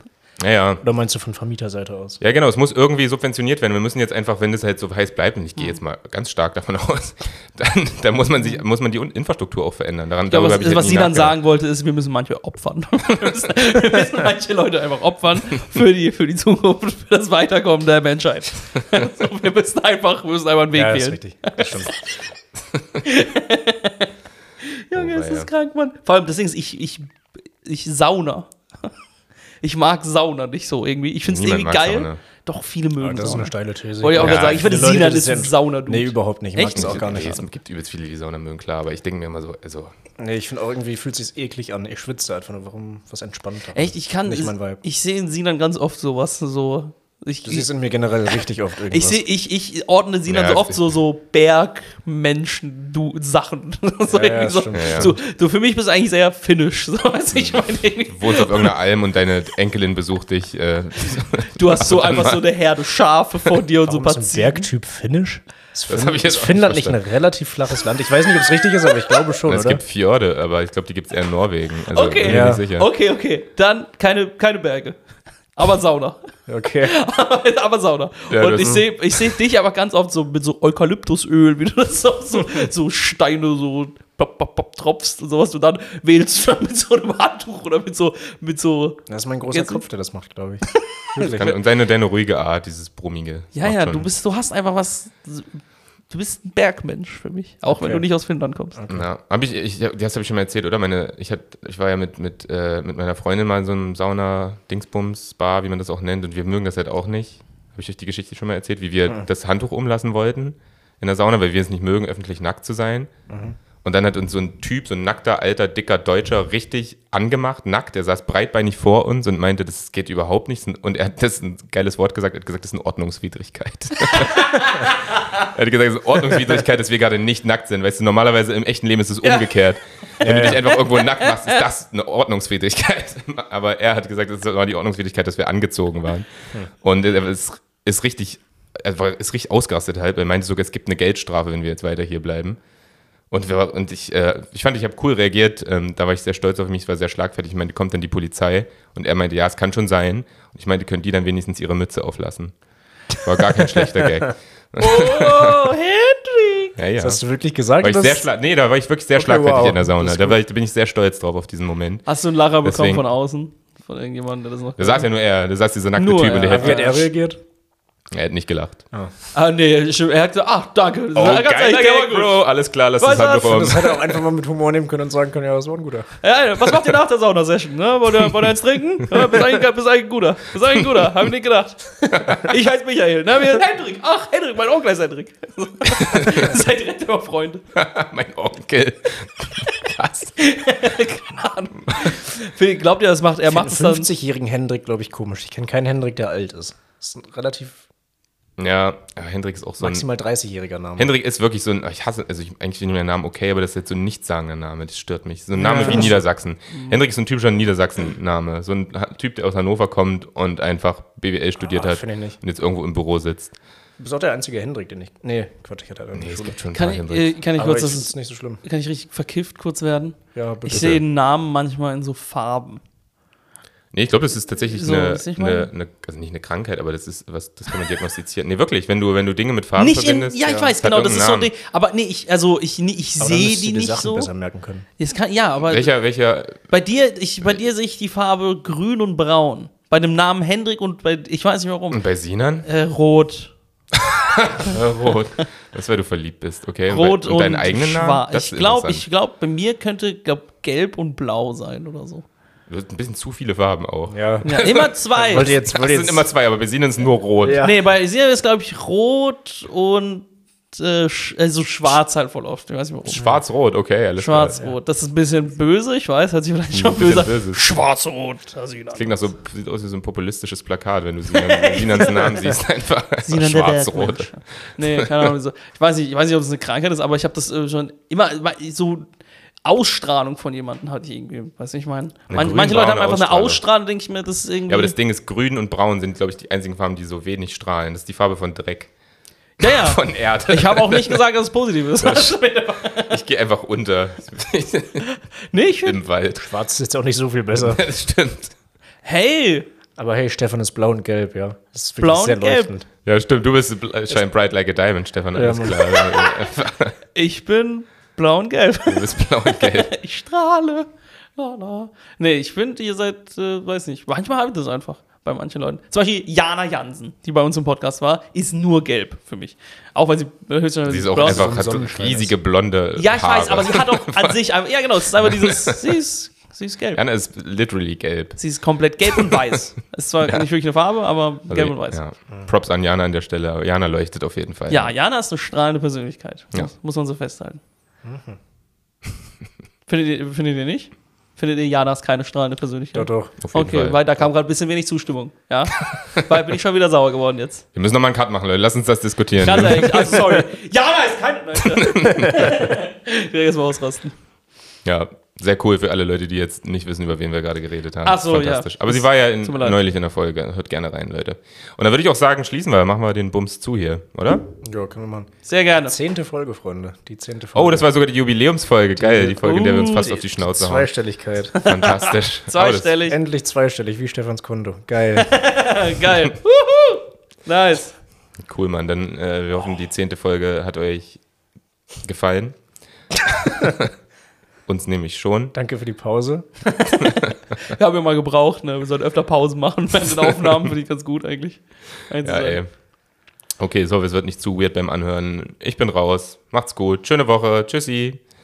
S2: Naja.
S1: Oder meinst du von Vermieterseite aus?
S2: Ja, genau, es muss irgendwie subventioniert werden. Wir müssen jetzt einfach, wenn das halt so heiß bleibt, und ich gehe jetzt mal ganz stark davon aus, dann, dann muss man sich, muss man die Un- Infrastruktur auch verändern. Daran,
S4: Ja, was
S2: hab ich halt
S4: was
S2: nie
S4: sie dann
S2: nachgedacht.
S4: sagen wollte, ist, wir müssen manche opfern. Wir müssen, wir müssen manche Leute einfach opfern für die, für die Zukunft, für das Weiterkommen der Menschheit. Also, wir müssen einfach, wir müssen einfach einen Weg
S1: ja, das ist
S4: wählen.
S1: richtig. Das stimmt.
S4: Junge,
S2: Oh,
S4: es ist
S2: ja.
S4: krank, Mann. Vor allem, deswegen ist, ich, ich, ich sauna. Ich mag Sauna nicht so irgendwie. Ich finde es
S2: Niemand
S4: irgendwie
S2: mag
S4: geil.
S2: Sauna.
S4: doch viele
S1: Aber
S4: mögen
S1: das ist
S4: Sauna.
S1: eine steile These.
S4: Wollte ich auch
S2: Ja,
S4: gerade sagen, ich würde
S1: viele Leute,
S4: Sina
S1: die
S4: ist
S1: das
S4: ein
S1: ja-
S4: Sauna, du.
S1: Nee, überhaupt nicht. Ich mag
S4: Echt
S1: das auch gar nicht.
S2: Nee, es gibt übelst viele, die Sauna mögen, klar, aber ich denke mir immer so, also,
S1: Nee, ich finde auch irgendwie fühlt sich eklig an. Ich schwitze einfach nur. Warum? Was entspannter.
S4: Echt, ich kann.
S1: Nicht mein Vibe.
S4: Ich sehe in Sinan ganz oft sowas. So. Ich,
S1: Du
S4: ich,
S1: siehst in mir generell richtig oft
S4: ich,
S1: irgendwas.
S4: seh, ich, ich ordne Sinan
S2: Ja,
S4: so
S2: ich-
S4: oft so, so Bergmenschen, du Sachen. so,
S1: Ja, ja,
S4: irgendwie so,
S1: stimmt.
S2: Ja, ja.
S4: so, so für mich bist du eigentlich sehr finnisch. So, weißt du, ich
S2: Hm.
S4: meine, irgendwie,
S2: du wohnst auf irgendeiner Alm und deine Enkelin besucht dich. Äh,
S4: du hast so
S2: Ab und an
S4: einfach so
S2: mal.
S4: eine Herde Schafe vor dir und so ein
S1: Warum
S4: paar
S1: ist ein
S4: Ziegen.
S1: Bergtyp finnisch? Ist
S2: Das
S1: Finn-
S2: hab ich jetzt
S1: ist
S2: auch
S1: Finnland
S2: nicht
S1: nicht ein relativ flaches Land? Ich weiß nicht, ob es richtig ist, aber ich glaube schon,
S2: es
S1: oder?
S2: gibt Fjorde, aber ich glaube, die gibt es eher in Norwegen. Also,
S4: Okay.
S2: bin mir
S1: Ja.
S2: nicht sicher.
S4: Okay, okay. Dann keine, keine Berge. Aber Sauna.
S1: Okay.
S4: aber Sauna.
S2: Ja,
S4: und
S2: das
S4: ich
S2: ist-
S4: sehe ich seh dich aber ganz oft so mit so Eukalyptusöl, wie du das so, so, so Steine so pop, pop, pop, tropfst und sowas. Und dann wählst du dann mit so einem Handtuch oder mit so, mit so.
S1: Das ist mein großer
S4: Jetzt-
S1: Kopf, der das macht, glaube ich.
S2: Kann,
S1: Wirklich.
S2: und deine, deine ruhige Art, dieses brummige.
S4: Ja,
S2: Macht
S4: ja,
S2: schon-
S4: du bist, du hast einfach was. Du bist ein Bergmensch für mich. Auch wenn
S1: Okay.
S4: du nicht aus Finnland kommst.
S2: Ja, hab ich, ich, das habe ich schon mal erzählt, oder? Meine, ich, hat, ich war ja mit, mit, äh, mit meiner Freundin mal in so einem Sauna-Dingsbums, Spa, wie man das auch nennt, und wir mögen das halt auch nicht. Habe ich euch die Geschichte schon mal erzählt, wie wir das Handtuch umlassen wollten in der Sauna, weil wir es nicht mögen, öffentlich nackt zu sein. Und dann hat uns so ein Typ, so ein nackter, alter, dicker Deutscher, richtig angemacht, nackt. Er saß breitbeinig vor uns und meinte, das geht überhaupt nicht. Und er hat das ist ein geiles Wort gesagt, er hat gesagt, das ist eine Ordnungswidrigkeit. Er hat gesagt, es ist Ordnungswidrigkeit, dass wir gerade nicht nackt sind. Weißt du, normalerweise im echten Leben ist es umgekehrt. Wenn du dich einfach irgendwo nackt machst, ist das eine Ordnungswidrigkeit. Aber er hat gesagt, es war die Ordnungswidrigkeit, dass wir angezogen waren. Und es äh, ist richtig er war, ist richtig ausgerastet halb. Er meinte sogar, es gibt eine Geldstrafe, wenn wir jetzt weiter hier bleiben. Und, wir, und ich, äh, ich fand, ich habe cool reagiert. Ähm, da war ich sehr stolz auf mich, ich war sehr schlagfertig. Ich meinte, kommt dann die Polizei? Und er meinte, ja, es kann schon sein. Und ich meinte, können die dann wenigstens ihre Mütze auflassen? War gar kein schlechter Gag.
S4: Oh, Hendrik!
S2: Ja, ja.
S1: Das hast du wirklich gesagt?
S2: War ich
S1: dass-
S2: sehr schla nee, da war ich wirklich sehr
S1: Okay,
S2: schlagfertig
S1: wow.
S2: in der Sauna.
S1: Das ist
S2: Da war ich, bin ich sehr stolz drauf auf diesen Moment.
S4: Hast du einen Lacher bekommen
S2: Deswegen.
S4: von außen? Von irgendjemandem, der das noch
S2: Da saß ja nur er, da saß dieser nackte
S4: Nur
S2: Typ und
S4: er.
S2: der
S1: Wie hat
S2: hätte,
S1: er reagiert?
S2: er hätte nicht gelacht.
S4: Ah, nee, stimmt. Er hat gesagt, ach, danke.
S2: Oh,
S1: Oh,
S4: Das war ganz ehrlich, der war gut.
S2: Bro, alles klar, lass
S4: Weißt
S2: das
S4: du was?
S2: Handtuch
S1: Das
S2: um.
S1: hätte er auch einfach mal mit Humor nehmen können und sagen können, ja, das war ein guter.
S4: Ja, ja, was macht ihr nach der Sauna-Session? Ne? Wollt, ihr, wollt ihr eins trinken? Ja, bist, eigentlich, bist eigentlich ein guter. Bist eigentlich ein guter. Hab ich nicht gedacht. Ich heiße Michael. Ne? Wir, Hendrik. Ach, Hendrik, mein Onkel heißt Hendrik. Seid direkt immer Freunde.
S2: mein Onkel. Was?
S4: Phil, Glaubt ihr, das macht, er
S1: Ich
S4: macht es
S1: finde
S4: dann.
S1: einen 50-jährigen Hendrik, glaube ich, komisch. Ich kenne keinen Hendrik, der alt ist. Das ist ein relativ
S2: Ja, aber Hendrik ist auch so ein.
S1: maximal 30-jähriger Name.
S2: Hendrik ist wirklich so ein. Ich hasse, also ich, eigentlich finde ich den Namen okay, aber das ist jetzt so ein nichtssagender Name, das stört mich. So ein Name
S1: Mhm.
S2: wie Niedersachsen. Hendrik ist so ein typischer Niedersachsen-Name. So ein Ha- Typ, der aus Hannover kommt und einfach BWL studiert
S1: Ah,
S2: hat
S1: finde ich nicht.
S2: und jetzt irgendwo im Büro sitzt.
S1: Du bist auch der einzige Hendrik, den ich. Nee, Quatsch, ich hatte halt
S2: Nee,
S1: nee,
S2: es
S1: Schule.
S2: gibt schon ein
S4: Kann
S2: paar
S4: ich,
S2: Hendricks.
S4: äh, kann ich
S1: Aber
S4: kurz
S1: ich finde
S4: das.
S1: es nicht so schlimm.
S4: Kann ich richtig verkifft kurz werden?
S1: Ja, bitte.
S4: Ich sehe den Namen manchmal in so Farben.
S2: Nee, ich glaube, das ist tatsächlich
S4: So,
S2: eine,
S4: wisst ihr, ich meine?
S2: eine, eine, also nicht eine Krankheit, aber das ist was, das kann man diagnostizieren. Nee, wirklich, wenn du, wenn du Dinge mit Farben
S4: Nicht in,
S2: verbindest.
S4: ja, ich
S2: es
S4: weiß,
S2: hat
S4: genau, das
S2: irgendeinen
S4: ist so ein
S2: Namen.
S4: Ding. Aber nee, ich, also, ich, nee, ich
S1: Aber dann
S4: sehe
S1: müsst ihr
S4: die
S1: dir
S4: nicht
S1: Sachen
S4: so.
S1: besser merken können.
S4: Das kann, ja, aber
S2: Welcher, welcher,
S4: bei dir, ich, bei dir sehe ich die Farbe grün und braun. Bei dem Namen Hendrik und bei, ich weiß nicht warum,
S2: und bei Sinan?
S4: äh, rot.
S2: Äh, rot. Das, weil du verliebt bist, okay? und,
S4: Rot
S2: bei- und deinen eigenen Namen? Das
S4: schwarz.
S2: ist
S4: Ich glaube,
S2: interessant.
S4: ich glaube, bei mir könnte glaub, gelb und blau sein oder so.
S2: Das sind ein bisschen zu viele Farben auch.
S1: Ja.
S4: Ja, immer zwei.
S1: Wollte jetzt,
S2: Das
S1: wollte jetzt,
S2: sind immer zwei, aber bei Sinan ist nur rot.
S1: Ja.
S4: Nee, bei Sia ist, glaube ich, rot und äh, sch also schwarz halt voll oft. Ich weiß nicht warum.
S2: Schwarz-rot, okay, alles klar.
S4: Schwarz-rot. Das ist ein bisschen böse, ich weiß, hört sich vielleicht schon
S2: Ein bisschen
S4: böse an.
S2: böse.
S4: Schwarz-rot. da sieht man.
S2: Klingt nach so, sieht aus wie so ein populistisches Plakat, wenn du Sinan, Sinans Namen siehst, einfach.
S4: Sinan der Bergmensch.
S2: Schwarz-rot.
S4: Nee, keine Ahnung. so. Ich weiß nicht, ich weiß nicht, ob es eine Krankheit ist, aber ich habe das äh, schon immer so Ausstrahlung von jemandem hatte ich irgendwie. Weißt du, ich meine? Man, manche Leute haben
S2: grün-braune
S4: einfach eine
S2: Ausstrahlung.
S4: Ausstrahlung, denke ich mir, das ist irgendwie.
S2: Ja, aber das Ding ist, grün und braun sind, glaube ich, die einzigen Farben, die so wenig strahlen. Das ist die Farbe von Dreck.
S4: ja, ja.
S2: Von Erde.
S4: Ich habe auch nicht gesagt, dass es positiv ist.
S2: Ich gehe einfach unter
S4: nee, ich find,
S2: im Wald.
S1: Schwarz ist jetzt auch nicht so viel besser.
S2: Das stimmt.
S4: hey,
S1: Aber hey, Stefan ist blau und gelb, ja. Das ist
S4: Blau und gelb.
S2: Ja, stimmt. Du bist bl- shine bright like a diamond, Stefan. Alles
S1: Mann.
S2: klar.
S4: ich bin blau und gelb.
S2: Du bist blau und gelb.
S4: ich strahle. La, la. Nee, ich finde, ihr seid, äh, weiß nicht, manchmal habe ich das einfach bei manchen Leuten. Zum Beispiel Jana Jansen, die bei uns im Podcast war, ist nur gelb für mich. Auch weil sie äh, höchstwahrscheinlich
S2: Sie ist auch
S4: blau-
S2: einfach hat so
S1: Sonnenschein
S2: riesige blonde
S4: Ja, ich
S2: Haare.
S4: weiß, aber sie hat auch an sich, einfach- ja genau, es ist einfach dieses, sie ist, sie ist gelb.
S2: Jana ist literally gelb.
S4: Sie ist komplett gelb und weiß. Es ist zwar nicht wirklich eine Farbe, aber
S2: Also,
S4: gelb und weiß. Ja.
S2: Ja. Props an Jana an der Stelle. aber Jana leuchtet auf jeden Fall.
S4: Jana ist eine strahlende Persönlichkeit.
S2: Ja. Mhm.
S4: Muss, muss man so festhalten. Findet, ihr, findet ihr nicht? Findet ihr Jana ist keine strahlende Persönlichkeit?
S1: Doch, doch.
S2: Auf jeden
S4: Okay,
S2: Fall.
S4: weil da kam gerade ein bisschen wenig Zustimmung. Ja, weil bin ich schon wieder sauer geworden jetzt.
S2: Wir müssen nochmal einen Cut machen, Leute. Lass uns das diskutieren.
S4: Ganz ehrlich, also sorry. Ja, da ist keine. Nein, ich werde jetzt mal ausrasten.
S2: Ja, sehr cool für alle Leute, die jetzt nicht wissen, über wen wir gerade geredet haben.
S4: Ach so,
S2: Fantastisch.
S4: ja.
S2: Aber sie war ja in,
S4: Tut mir leid.
S2: neulich in der Folge. Hört gerne rein, Leute. Und dann würde ich auch sagen, schließen wir. Machen wir den Bums zu hier, oder?
S1: Ja, können wir machen.
S4: Sehr gerne.
S1: Zehnte Folge, Freunde. Die zehnte Folge.
S2: Oh, das war sogar die Jubiläumsfolge. Geil, die Folge, in der wir uns
S4: Oh,
S2: fast
S4: die-
S2: auf die Schnauze hauen.
S1: Zweistelligkeit.
S2: Fantastisch. Aber das-
S4: Zweistellig.
S1: Endlich zweistellig, wie Stefans Konto. Geil.
S4: Geil. Wuhu. Nice.
S2: Cool, Mann. Dann äh, wir hoffen, die zehnte Folge hat euch gefallen. Uns nämlich schon.
S1: Danke für die Pause.
S4: Wir haben ja mal gebraucht, ne? Wir sollten öfter Pausen machen während den Aufnahmen, finde ich ganz gut eigentlich.
S2: Ja, ey. Okay, so, es wird nicht zu weird beim Anhören. Ich bin raus. Macht's gut. Schöne Woche. Tschüssi.